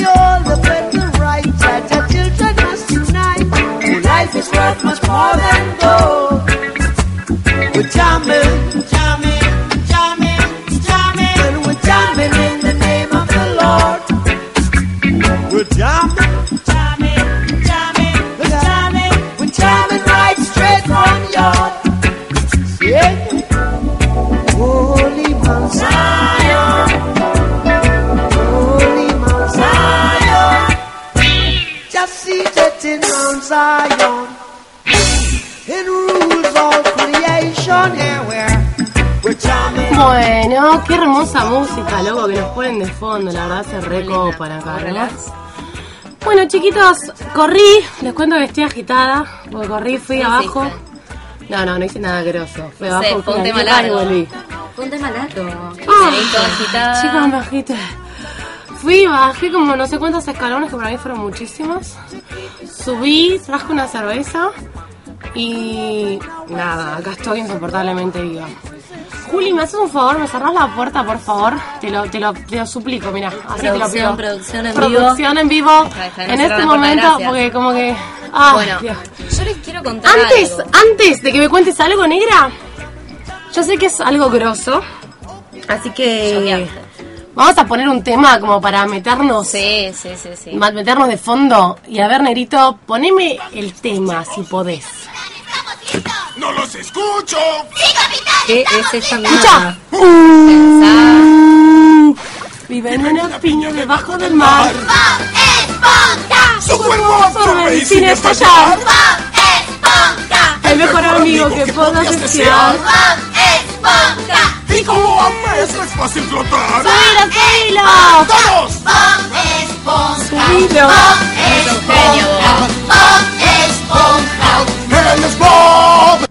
Speaker 6: You're the better right. That our children us tonight. And life is worth much more than gold. We're jamming, jamming, jamming, jamming. And we're jamming in the name of the Lord. We're jamming. jamming, jamming, we're jamming, we're jamming right straight from yard. Yeah. Holy Mount Zion. Holy Mount Zion. Just seated in Mount Zion. It rules all creation. Yeah, we're, we're jamming.
Speaker 1: Bueno, qué hermosa música, loco, que nos ponen de fondo, la verdad se reco para acá. Bueno, chiquitos, corrí, les cuento que estoy agitada, porque corrí, fui abajo. No, no, no hice nada grosso. Fui abajo, fui
Speaker 3: fue un
Speaker 1: a la
Speaker 3: tema
Speaker 1: tierra y
Speaker 3: largo.
Speaker 1: volví.
Speaker 2: Un tema largo.
Speaker 1: Ah,
Speaker 3: Ahí toda agitada.
Speaker 1: Chicos, me agité. Fui, bajé como no sé cuántos escalones, que para mí fueron muchísimos. Subí, traje una cerveza y nada, acá estoy insoportablemente viva. Juli, ¿me haces un favor? ¿Me cerrás la puerta, por favor? Te lo, te lo, te lo suplico, mira, así te lo pido.
Speaker 2: Producción, producción en
Speaker 1: Producción en vivo.
Speaker 3: Deja de
Speaker 1: en
Speaker 3: cerrar
Speaker 1: este
Speaker 3: la puerta,
Speaker 1: momento,
Speaker 3: gracias.
Speaker 1: porque como que... Ah,
Speaker 3: bueno,
Speaker 1: Dios.
Speaker 3: yo les quiero contar
Speaker 1: Antes,
Speaker 3: algo.
Speaker 1: antes de que me cuentes algo, negra, yo sé que es algo grosso, así que vamos a poner un tema como para meternos,
Speaker 3: Sí, sí, sí, sí.
Speaker 1: ma- meternos de fondo. Y a ver, negrito, poneme el tema si podés.
Speaker 8: ¡No los escucho!
Speaker 2: ¿Qué es esa
Speaker 1: Escucha.
Speaker 2: mierda?
Speaker 1: Mm, Vive en una piña debajo del mar. eh,
Speaker 8: ¡Su
Speaker 1: Absorbe y sin estallar. El mejor eh, amigo que puedas desear. eh,
Speaker 8: ¡Y como maestro es fácil flotar!
Speaker 1: eh, ¡Subilo,
Speaker 8: ¡Todos!
Speaker 1: eh, subilo! ¡Subilo! eh, eh,
Speaker 8: ¡Él es Bob!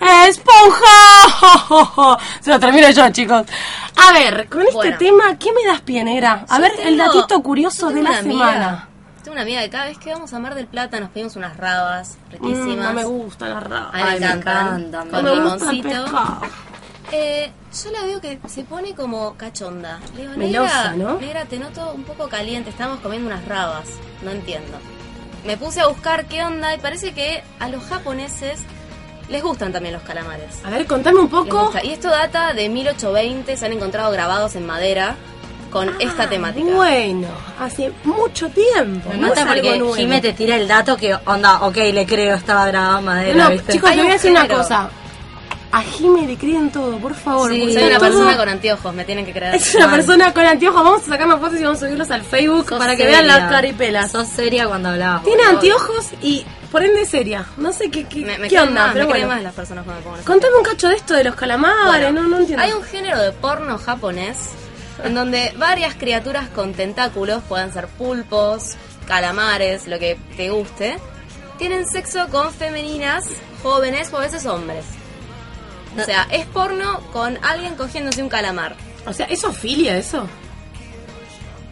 Speaker 1: ¡Esponja! Se lo termino yo, chicos. A ver, con este
Speaker 3: Bueno.
Speaker 1: tema, ¿qué me das pie, negra? A
Speaker 3: Yo
Speaker 1: ver, el
Speaker 3: tengo-
Speaker 1: datito curioso
Speaker 3: yo
Speaker 1: de
Speaker 3: tengo
Speaker 1: la
Speaker 3: una amiga,
Speaker 1: semana.
Speaker 3: Tengo una amiga que cada vez que vamos a Mar del Plata nos pedimos unas rabas riquísimas.
Speaker 1: Mm, no me gusta la raba.
Speaker 3: A
Speaker 2: Ay,
Speaker 3: él
Speaker 2: me
Speaker 3: le encantan.
Speaker 2: encantan,
Speaker 3: Con
Speaker 1: No me gusta el
Speaker 3: limoncito.
Speaker 1: pescado.
Speaker 3: Eh, yo la veo que se pone como cachonda. Le digo,
Speaker 1: Melosa,
Speaker 3: negra,
Speaker 1: ¿no?
Speaker 3: negra, te noto un poco caliente, estamos comiendo unas rabas. No entiendo. Me puse a buscar qué onda y parece que a los japoneses les gustan también los calamares.
Speaker 1: A ver, contame un
Speaker 3: Les
Speaker 1: poco.
Speaker 3: gusta. Y esto data de 1820, se han encontrado grabados en madera con esta temática.
Speaker 1: Ah, Bueno, hace mucho tiempo.
Speaker 2: Me
Speaker 1: no
Speaker 2: mata
Speaker 1: es algo
Speaker 2: porque
Speaker 1: nuevo.
Speaker 2: Jimé te tira el dato que, onda, ok, le creo, estaba grabado en madera,
Speaker 1: No,
Speaker 2: ¿viste?
Speaker 1: chicos,
Speaker 3: Hay
Speaker 1: te voy
Speaker 3: un
Speaker 1: a decir una
Speaker 3: género.
Speaker 1: cosa. A Jimé le creen todo, por favor.
Speaker 3: Sí,
Speaker 1: porque
Speaker 3: soy una
Speaker 1: todo-
Speaker 3: persona con anteojos, me tienen que creer.
Speaker 1: Es una
Speaker 3: Mal.
Speaker 1: persona con anteojos. Vamos a sacarnos fotos y vamos a subirlos al Facebook
Speaker 2: Sos
Speaker 1: para que
Speaker 2: seria.
Speaker 1: vean las caripelas.
Speaker 2: Sos seria cuando hablabas.
Speaker 1: Tiene anteojos y por ende seria. No sé qué, qué,
Speaker 3: Me, me
Speaker 1: qué
Speaker 3: creen
Speaker 1: onda,
Speaker 3: más,
Speaker 1: pero
Speaker 3: me creen
Speaker 1: bueno.
Speaker 3: más las personas cuando me pongo los
Speaker 1: Contame un cacho de esto de los calamares,
Speaker 3: Bueno,
Speaker 1: no, no entiendo.
Speaker 3: Hay un género de porno japonés en donde varias criaturas con tentáculos, puedan ser pulpos, calamares, lo que te guste, tienen sexo con femeninas, jóvenes o a veces hombres. O
Speaker 2: Ah.
Speaker 3: sea, es porno con alguien cogiéndose un calamar.
Speaker 1: O sea, ¿eso es filia eso?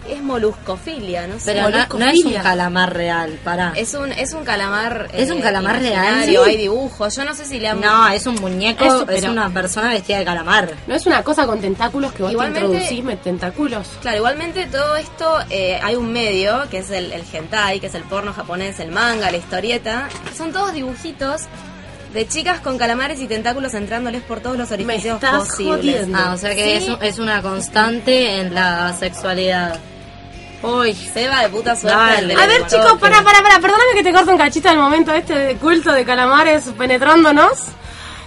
Speaker 3: Es moluscofilia, no sé.
Speaker 2: Pero no, no es un
Speaker 1: Moluscofilia.
Speaker 2: calamar real, pará.
Speaker 3: Es un, es un calamar. eh,
Speaker 2: ¿Es un calamar real?
Speaker 3: imaginario,
Speaker 2: Sí.
Speaker 3: Hay dibujos. Yo no sé si le han.
Speaker 2: No, es un muñeco,
Speaker 1: Eso,
Speaker 2: es
Speaker 1: pero-
Speaker 2: una persona vestida de calamar.
Speaker 1: No es una cosa con tentáculos que vos
Speaker 3: Igualmente-
Speaker 1: te introducís, me tentáculos.
Speaker 3: Claro, igualmente todo esto eh, hay un medio que es el, el hentai, que es el porno japonés, el manga, la historieta. Son todos dibujitos de chicas con calamares y tentáculos entrándoles por todos los orificios
Speaker 1: estás
Speaker 3: posibles.
Speaker 1: jodiendo.
Speaker 2: Ah, o sea que
Speaker 3: Sí.
Speaker 2: es, un- es una constante en la sexualidad. Uy,
Speaker 3: Seba de puta suerte.
Speaker 2: Dale.
Speaker 3: el de
Speaker 1: A ver,
Speaker 3: Lego.
Speaker 1: chicos, para, para, para, perdóname que te corto un cachito al momento este de culto de calamares penetrándonos.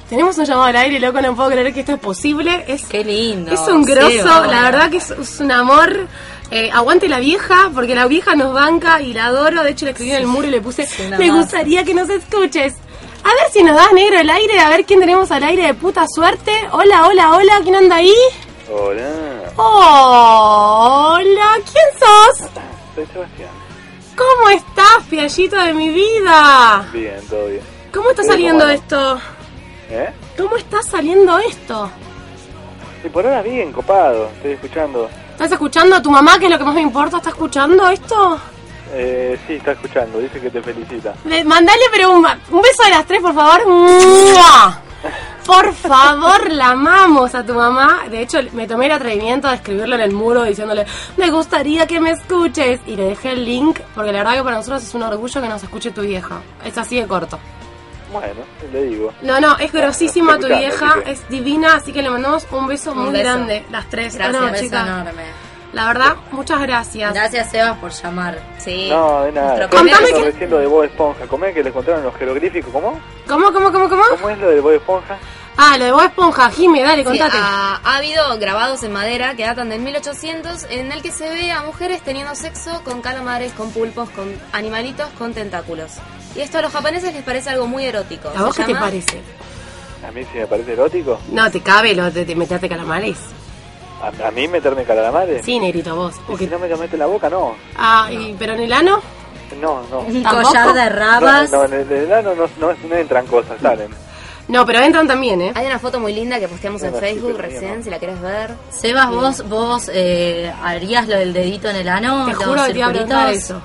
Speaker 1: Tenemos un llamado al aire, loco, no puedo creer que esto es posible. Es,
Speaker 2: qué lindo.
Speaker 1: es un grosso,
Speaker 2: Seba.
Speaker 1: la verdad que es, es un amor. Eh, aguante la vieja, porque la vieja nos banca y la adoro. De hecho, le escribí en el muro y le puse,
Speaker 2: una
Speaker 1: me
Speaker 2: masa".
Speaker 1: gustaría que nos escuches. A ver si nos das negro el aire, a ver quién tenemos al aire de puta suerte. Hola, hola, hola, ¿quién anda ahí?
Speaker 10: Hola,
Speaker 1: Hola, ¿quién sos?
Speaker 10: soy Sebastián.
Speaker 1: ¿Cómo estás, piallito de mi vida?
Speaker 10: Bien, todo bien.
Speaker 1: ¿Cómo está
Speaker 10: Bien,
Speaker 1: saliendo
Speaker 10: bueno.
Speaker 1: esto?
Speaker 10: ¿Eh?
Speaker 1: ¿Cómo está saliendo esto?
Speaker 10: Y por ahora bien, copado. Estoy escuchando.
Speaker 1: ¿Estás escuchando a tu mamá, que es lo que más me importa? ¿Está escuchando esto?
Speaker 10: Eh, sí, está escuchando. Dice que te felicita.
Speaker 1: Le- mandale, pero un, un beso de las tres, por favor. ¡Mua! Por favor, la amamos a tu mamá. De hecho, me tomé el atrevimiento de escribirlo en el muro diciéndole, me gustaría que me escuches. Y le dejé el link, porque la verdad que para nosotros es un orgullo que nos escuche tu vieja. Es así de corto.
Speaker 10: Bueno, le digo.
Speaker 1: No, no, es grosísima tu
Speaker 10: Escuchando,
Speaker 1: vieja,
Speaker 10: así que-
Speaker 1: es divina, así que le mandamos un beso muy
Speaker 3: beso.
Speaker 1: grande, las tres. Ah,
Speaker 3: Gracias,
Speaker 1: No,
Speaker 2: Un beso
Speaker 1: chicas,
Speaker 2: enorme.
Speaker 1: La verdad, muchas gracias.
Speaker 2: Gracias, Sebas, por llamar.
Speaker 3: Sí.
Speaker 10: No, de nada.
Speaker 3: Nuestro
Speaker 10: Estoy
Speaker 1: Contame
Speaker 10: viendo
Speaker 1: que-
Speaker 10: recién lo de Bob Esponja. ¿Cómo es que les contaron los jeroglíficos? ¿Cómo?
Speaker 1: ¿Cómo, cómo, cómo, cómo?
Speaker 10: ¿Cómo es lo de Bob Esponja?
Speaker 1: Ah, lo de Bob Esponja, Jimmy, dale,
Speaker 3: Sí, ah,
Speaker 1: contate.
Speaker 3: ha, ha habido grabados en madera que datan del 1800 en el que se ve a mujeres teniendo sexo con calamares, con pulpos, con animalitos, con tentáculos. Y esto a los japoneses les parece algo muy erótico.
Speaker 1: ¿A vos
Speaker 3: Se
Speaker 1: qué te
Speaker 3: llama-
Speaker 1: parece?
Speaker 10: A mí sí me parece erótico.
Speaker 1: No, te cabe lo de, de meterte calamares.
Speaker 10: A, a mí meterme calamares.
Speaker 1: Sí, negrito, vos.
Speaker 10: Y
Speaker 1: Porque-
Speaker 10: Si no me lo meto en la boca, no.
Speaker 1: Ah, y, pero en el ano,
Speaker 10: No, no.
Speaker 2: Un
Speaker 1: ¿Tampoco?
Speaker 2: collar de
Speaker 10: No,
Speaker 2: rabas.
Speaker 10: no, en el enano no, no, no entran cosas, salen.
Speaker 1: no, pero entran también, ¿eh?
Speaker 3: Hay una foto muy linda que posteamos en
Speaker 10: Bueno, sí,
Speaker 3: Facebook
Speaker 10: pero mío,
Speaker 3: recién,
Speaker 10: ¿no?
Speaker 3: si la querés ver.
Speaker 2: Sebas, vos, vos eh, harías lo del dedito en el ano,
Speaker 1: Te
Speaker 2: los
Speaker 1: juro que te iba a preguntar
Speaker 2: circulitos?
Speaker 1: eso.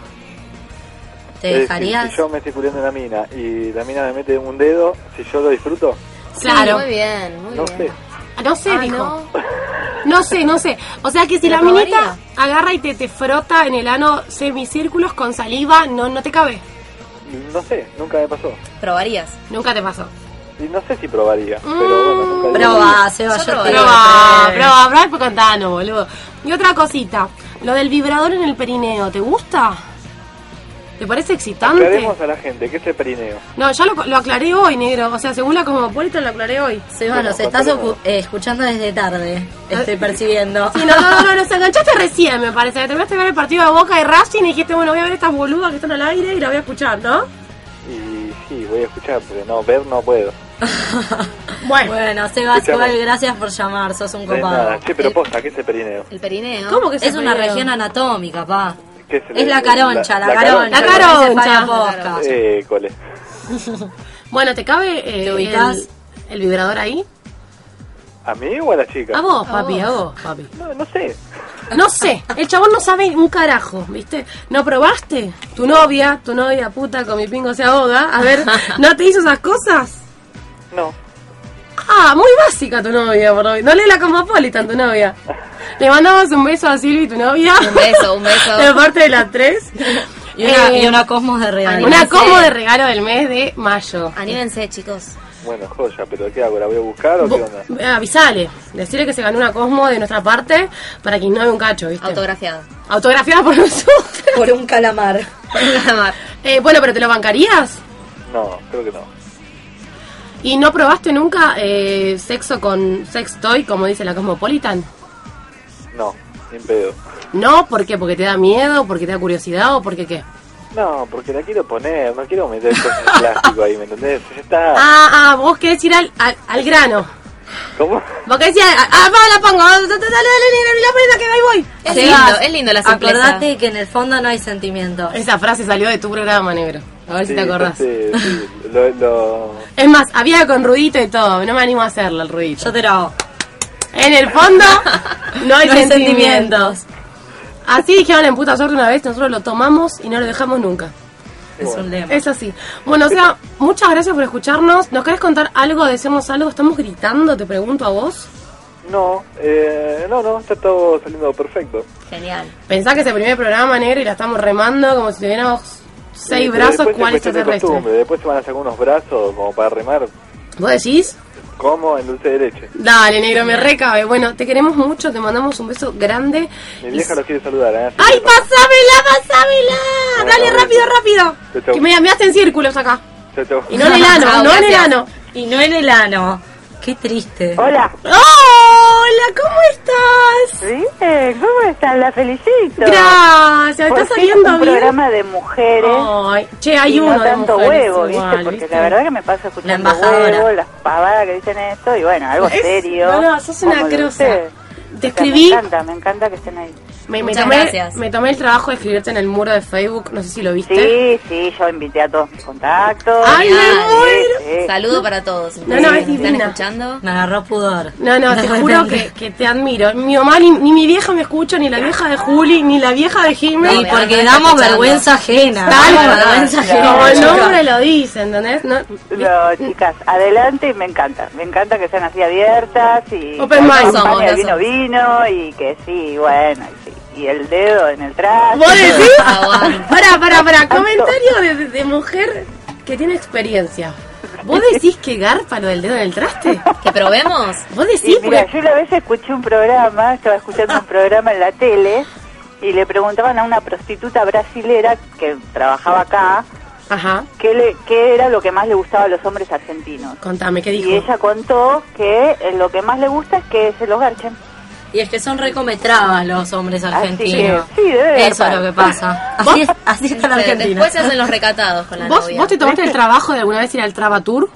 Speaker 2: ¿Te
Speaker 10: Es decir,
Speaker 2: dejarías?
Speaker 10: si yo me estoy culiando una mina y la mina me mete un dedo, si yo lo disfruto,
Speaker 1: Claro.
Speaker 3: Sí, muy bien, muy
Speaker 10: no
Speaker 3: bien.
Speaker 10: sé.
Speaker 1: Ah, No sé,
Speaker 3: Ah,
Speaker 1: dijo.
Speaker 3: no.
Speaker 1: No sé, no sé. O sea que si
Speaker 3: ¿Te
Speaker 1: la
Speaker 3: lo
Speaker 1: minita
Speaker 3: probaría?
Speaker 1: agarra y te, te frota en el ano semicírculos con saliva, no, no te cabe.
Speaker 10: No sé, nunca me pasó.
Speaker 3: ¿Probarías?
Speaker 1: Nunca te pasó.
Speaker 10: Y no sé si probaría, pero
Speaker 1: Mm,
Speaker 10: bueno, nunca digo
Speaker 2: Proba, Sebas, yo,
Speaker 3: Yo
Speaker 1: Proba,
Speaker 2: te digo, te-
Speaker 1: proba, proba y después contanos, boludo. Y otra cosita, lo del vibrador en el perineo, ¿te gusta? ¿Te parece
Speaker 10: nunca.
Speaker 1: excitante?
Speaker 10: Aclaremos a la gente, ¿qué es el perineo?
Speaker 1: No, ya lo, lo aclaré hoy, negro. O sea, según la cosmopolita lo aclaré hoy.
Speaker 2: Sebas, nos estás ocu- eh, escuchando desde tarde.
Speaker 1: Ah,
Speaker 2: este Estoy percibiendo.
Speaker 1: Sí, no, no, no, no, nos enganchaste recién, me parece. Terminaste de ver el partido de Boca y Racing y dijiste, bueno, voy a ver estas boludas que están al aire y la voy a escuchar, ¿no?
Speaker 10: Y sí, voy a escuchar, porque no, ver no puedo.
Speaker 1: Bueno.
Speaker 2: Bueno, Sebas,
Speaker 10: Escuchame.
Speaker 2: igual, gracias por llamar, sos un
Speaker 10: De
Speaker 2: copado.
Speaker 10: nada. Che,
Speaker 1: Eh,
Speaker 10: pero posta, ¿qué es el perineo?
Speaker 3: El perineo.
Speaker 1: ¿Cómo que se
Speaker 2: Es una
Speaker 1: perdió?
Speaker 2: región anatómica, pa.
Speaker 10: ¿Qué el-
Speaker 2: Es la
Speaker 10: el-
Speaker 2: caroncha, la, caroncha.
Speaker 1: La
Speaker 2: como dice
Speaker 1: caroncha.
Speaker 2: Fabio Posca.
Speaker 10: Eh, cole.
Speaker 1: Bueno, ¿te cabe eh,
Speaker 2: ubicás?
Speaker 1: el, el vibrador ahí?
Speaker 10: ¿A mí o a la chica?
Speaker 1: A vos, papi, a vos, papi.
Speaker 10: No, no sé.
Speaker 1: No sé, el chabón no sabe un carajo, ¿viste? ¿No probaste? Tu novia, tu novia puta con mi pingo se ahoga. A ver, ¿no te hizo esas cosas?
Speaker 10: No.
Speaker 1: Ah, muy básica tu novia, por lo vi- No lee la Cosmopolitan, tu novia. Le mandamos un beso a Silvi, tu novia.
Speaker 3: Un beso, un beso.
Speaker 1: De parte de las tres.
Speaker 2: Y una,
Speaker 1: Eh,
Speaker 2: y una cosmos de regalo.
Speaker 1: Una combo de regalo del mes de mayo.
Speaker 3: Anímense, chicos.
Speaker 10: Bueno, joya, pero ¿qué hago? ¿La voy a buscar o qué onda?
Speaker 1: Bo- Eh, Avisale, decirle que se ganó una Cosmo de nuestra parte para que no un cacho, ¿viste?
Speaker 3: Autografiado.
Speaker 1: Autografiada por nosotros.
Speaker 4: Por un calamar.
Speaker 1: Eh, bueno, pero ¿te lo bancarías?
Speaker 10: No, creo que no.
Speaker 1: ¿Y no probaste nunca eh, sexo con sex toy, como dice la Cosmopolitan?
Speaker 10: No, ni en pedo.
Speaker 1: No, ¿por qué? ¿Porque te da miedo? ¿Porque te da curiosidad? ¿O porque qué?
Speaker 10: No, porque la quiero poner, no quiero meter cosas de plástico ahí, ¿me entendés? Ya está.
Speaker 1: Ah, ah, vos querés ir al, al, al grano.
Speaker 10: ¿Cómo?
Speaker 1: Vos querés ir al... Ah, va, la pongo. Dale, dale, dale, dale, la prenda que ahí voy.
Speaker 3: Es
Speaker 1: Así
Speaker 3: lindo,
Speaker 1: vas.
Speaker 3: es lindo la simpleza.
Speaker 2: Acordate que en el fondo no hay sentimiento.
Speaker 1: Esa frase salió de tu programa, negro. A ver si te acordás.
Speaker 10: Sí, sí, lo, lo...
Speaker 1: Es más, había con ruidito y todo. No me animo a hacerlo el ruidito.
Speaker 2: Yo te lo hago.
Speaker 1: En el fondo, no hay
Speaker 2: No hay
Speaker 1: sentimientos. Así dijeron en puta suerte una vez, nosotros lo tomamos y no lo dejamos nunca.
Speaker 2: Es un lema.
Speaker 1: Es así. Bueno, o sea, muchas gracias por escucharnos. ¿Nos querés contar algo, decirnos algo? ¿Estamos gritando? Te pregunto a vos.
Speaker 10: No, eh, no, no, está todo saliendo perfecto.
Speaker 3: Genial.
Speaker 1: Pensá que es el primer programa negro y la estamos remando como si tuviéramos seis
Speaker 10: Eh,
Speaker 1: brazos,
Speaker 10: después
Speaker 1: cuál
Speaker 10: cuestión de costumbre,
Speaker 1: extraterrestre.
Speaker 10: Después se van a sacar unos brazos como para remar,
Speaker 1: ¿Vos decís?
Speaker 10: como en dulce de leche.
Speaker 1: Dale, negro, me recabe. Bueno, te queremos mucho, te mandamos un beso grande.
Speaker 10: Mi
Speaker 1: Y
Speaker 10: vieja los quiere saludar, ¿eh? Así
Speaker 1: ¡Ay,
Speaker 10: que-
Speaker 1: pasámela, pasámela!
Speaker 10: Bueno,
Speaker 1: Dale,
Speaker 10: bueno.
Speaker 1: rápido, rápido.
Speaker 10: Chau, chau.
Speaker 1: Que me, me hacen círculos acá.
Speaker 10: Chau, chau.
Speaker 1: Y no en el ano,
Speaker 3: Chau,
Speaker 1: no en el
Speaker 3: Ah, gracias.
Speaker 1: ano.
Speaker 2: Y no en el ano. Qué triste.
Speaker 11: Hola,
Speaker 1: ¡Hola! ¿Cómo estás?
Speaker 11: bien, ¿cómo están? La felicito.
Speaker 1: Gracias, ¿estás
Speaker 11: Por fin
Speaker 1: saliendo
Speaker 11: un
Speaker 1: bien?
Speaker 11: programa de mujeres.
Speaker 1: Ay, che, hay
Speaker 11: y
Speaker 1: uno
Speaker 11: no
Speaker 1: de
Speaker 11: tanto
Speaker 1: mujeres
Speaker 11: huevo, ¿viste?
Speaker 1: igual,
Speaker 11: Porque
Speaker 1: ¿viste?
Speaker 11: la verdad que me paso escuchando
Speaker 2: embajadora.
Speaker 11: huevo, las pavadas que dicen esto, y bueno, algo
Speaker 1: Es-
Speaker 11: serio.
Speaker 1: No, no, sos una
Speaker 11: como lo de
Speaker 1: grosa.
Speaker 11: ustedes.
Speaker 1: Te
Speaker 11: O sea,
Speaker 1: escribí,
Speaker 11: Me encanta, me encanta que estén ahí.
Speaker 1: me, me
Speaker 3: Muchas
Speaker 1: tomé,
Speaker 3: gracias.
Speaker 1: me tomé el trabajo de escribirte en el muro de Facebook, no sé si lo viste.
Speaker 11: Sí, sí, yo invité a todos mis contactos.
Speaker 1: Ay, me
Speaker 11: Sí,
Speaker 1: muero.
Speaker 11: sí.
Speaker 3: Saludo para todos.
Speaker 1: No, no, es
Speaker 3: ¿Están
Speaker 1: divina.
Speaker 3: escuchando?
Speaker 2: Me agarró pudor.
Speaker 1: No, no,
Speaker 2: De
Speaker 1: te juro que,
Speaker 2: repente.
Speaker 1: que te admiro. Mi mamá, ni, ni mi vieja me escucha, ni la vieja de Juli, ni la vieja de Jimmy.
Speaker 2: Y
Speaker 3: No,
Speaker 2: porque
Speaker 3: me
Speaker 2: damos
Speaker 3: escuchando.
Speaker 2: vergüenza ajena.
Speaker 1: Tal
Speaker 2: Damos
Speaker 1: cual.
Speaker 2: vergüenza ajena.
Speaker 1: Como el
Speaker 2: chicos.
Speaker 1: nombre lo dice, ¿entendés? No,
Speaker 11: No, chicas, adelante y me encanta. Me encanta que sean así abiertas y
Speaker 1: Open
Speaker 11: que
Speaker 1: mind.
Speaker 11: acompañe
Speaker 3: Somos,
Speaker 11: el vino
Speaker 3: lo somos.
Speaker 11: vino y que sí, bueno, y, sí. Y el dedo en el traste.
Speaker 1: ¿Vos decís?
Speaker 3: Aguante.
Speaker 1: Pará, pará, pará. Comentario de, de mujer que tiene experiencia. ¿Vos decís que garpa lo del dedo en el traste?
Speaker 3: ¿Que probemos?
Speaker 1: ¿Vos
Speaker 11: Y
Speaker 1: decís?
Speaker 11: mira,
Speaker 1: porque-
Speaker 11: yo la vez escuché un programa, estaba escuchando un programa en la tele y le preguntaban a una prostituta brasilera que trabajaba acá
Speaker 1: Ajá,
Speaker 11: qué, le, qué era lo que más le gustaba a los hombres argentinos.
Speaker 1: contame, ¿qué
Speaker 11: Y
Speaker 1: dijo?
Speaker 11: ella contó que eh, lo que más le gusta es que se los garchen.
Speaker 2: Y es que son recometrabas los hombres argentinos.
Speaker 11: que, sí, debe
Speaker 2: Eso es
Speaker 11: garpar.
Speaker 2: lo que pasa. Así, es- así está la
Speaker 3: Pero
Speaker 2: Argentina.
Speaker 3: después se hacen los recatados con la
Speaker 1: ¿Vos,
Speaker 3: novia.
Speaker 1: ¿Vos te tomaste el trabajo de alguna vez ir al Travatour?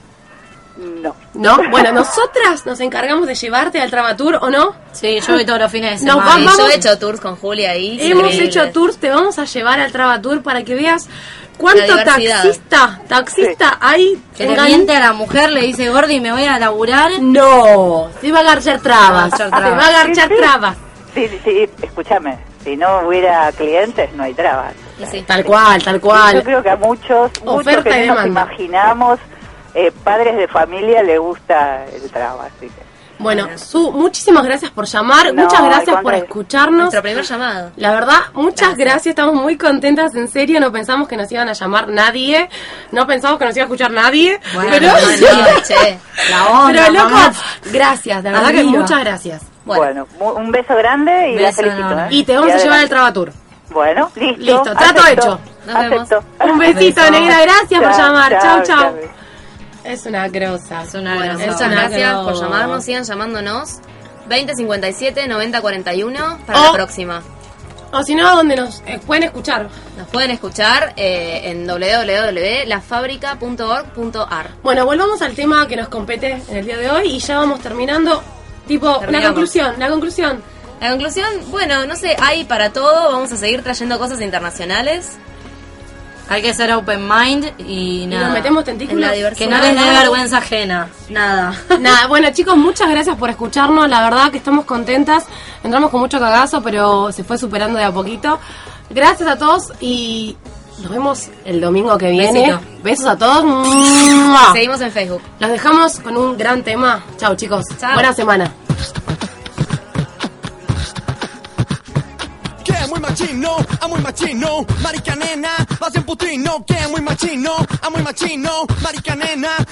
Speaker 11: No.
Speaker 1: ¿No? Bueno, nosotras nos encargamos de llevarte al Travatour, ¿o no?
Speaker 2: Sí, yo voy todos los fines de
Speaker 1: No,
Speaker 2: semana.
Speaker 3: Sí,
Speaker 1: vamos-
Speaker 3: yo he hecho tours con Julia ahí. es
Speaker 1: Hemos
Speaker 3: increíble.
Speaker 1: hecho tours, te vamos a llevar al Travatour para que veas cuánto
Speaker 3: La diversidad.
Speaker 1: taxista, taxista hay
Speaker 2: Que le
Speaker 1: engan-
Speaker 2: miente a la mujer, le dice, Gordi, me voy a laburar.
Speaker 1: No, te va a garchar trabas,
Speaker 2: Garchar
Speaker 1: te
Speaker 2: trabas.
Speaker 1: va a garchar
Speaker 11: Sí, sí.
Speaker 1: trabas.
Speaker 11: Sí, sí, escúchame, si no hubiera clientes no hay trabas.
Speaker 3: Y sí.
Speaker 1: Tal cual, tal
Speaker 11: Yo
Speaker 1: cual.
Speaker 11: creo que a muchos, muchos
Speaker 1: Oferta
Speaker 11: que
Speaker 1: y
Speaker 11: no nos
Speaker 1: demanda.
Speaker 11: imaginamos, eh, padres de familia le gusta el traba, así que...
Speaker 1: Bueno, Su, muchísimas gracias por llamar,
Speaker 11: No,
Speaker 1: muchas
Speaker 11: al
Speaker 1: gracias por
Speaker 11: contrario.
Speaker 1: escucharnos.
Speaker 3: Nuestro primer llamado.
Speaker 1: La verdad, muchas gracias. estamos muy contentas, en serio, no pensamos que nos iban a llamar nadie, no pensamos que nos iba a escuchar nadie,
Speaker 2: Bueno,
Speaker 1: pero,
Speaker 3: No, no, che.
Speaker 2: La onda,
Speaker 1: pero loco,
Speaker 2: mamá.
Speaker 1: gracias, la verdad que
Speaker 2: Arriba.
Speaker 1: muchas gracias.
Speaker 3: Bueno,
Speaker 11: Bueno, mu- un beso grande y la
Speaker 2: Beso
Speaker 11: felicito.
Speaker 2: enorme.
Speaker 11: ¿eh?
Speaker 1: Y te vamos a llevar al Travatour.
Speaker 11: Bueno, listo.
Speaker 1: Listo, trato
Speaker 11: acepto,
Speaker 1: hecho.
Speaker 3: Nos vemos.
Speaker 11: acepto.
Speaker 1: Un besito,
Speaker 2: Beso.
Speaker 1: negra, gracias por
Speaker 11: Chao,
Speaker 1: llamar, chau, chau.
Speaker 11: chao.
Speaker 1: Es una grosa.
Speaker 2: Es una
Speaker 3: bueno,
Speaker 2: grosa.
Speaker 3: muchas
Speaker 1: Es una
Speaker 3: gracias por
Speaker 1: grosa.
Speaker 3: llamarnos. Sigan llamándonos. 2057 9041 para la
Speaker 1: Oh.
Speaker 3: próxima.
Speaker 1: O si no, donde nos eh, pueden escuchar.
Speaker 3: Nos pueden escuchar eh, en www.lafabrica.org.ar.
Speaker 1: Bueno, volvamos al tema que nos compete en el día de hoy y ya vamos terminando. Tipo, la
Speaker 3: Terminamos.
Speaker 1: conclusión, la conclusión.
Speaker 3: La conclusión, bueno, no sé, hay para todo. Vamos a seguir trayendo cosas internacionales.
Speaker 2: Hay que ser open mind y nada.
Speaker 1: nos metemos tentículos.
Speaker 2: En la diversidad. Que no les dé vergüenza ajena. Nada.
Speaker 1: Nada, bueno chicos, muchas gracias por escucharnos, la verdad que estamos contentas, entramos con mucho cagazo, pero se fue superando de a poquito. Gracias a todos y nos vemos el domingo que viene.
Speaker 3: Besito.
Speaker 1: Besos a todos. ¡Mua!
Speaker 3: Seguimos en Facebook.
Speaker 1: Los dejamos con un gran tema. Chao chicos,
Speaker 3: Chau.
Speaker 1: buena semana.
Speaker 8: que muy machino, ah muy machino, marica nena, vas en putino, que muy machino, ah muy machino, marica nena.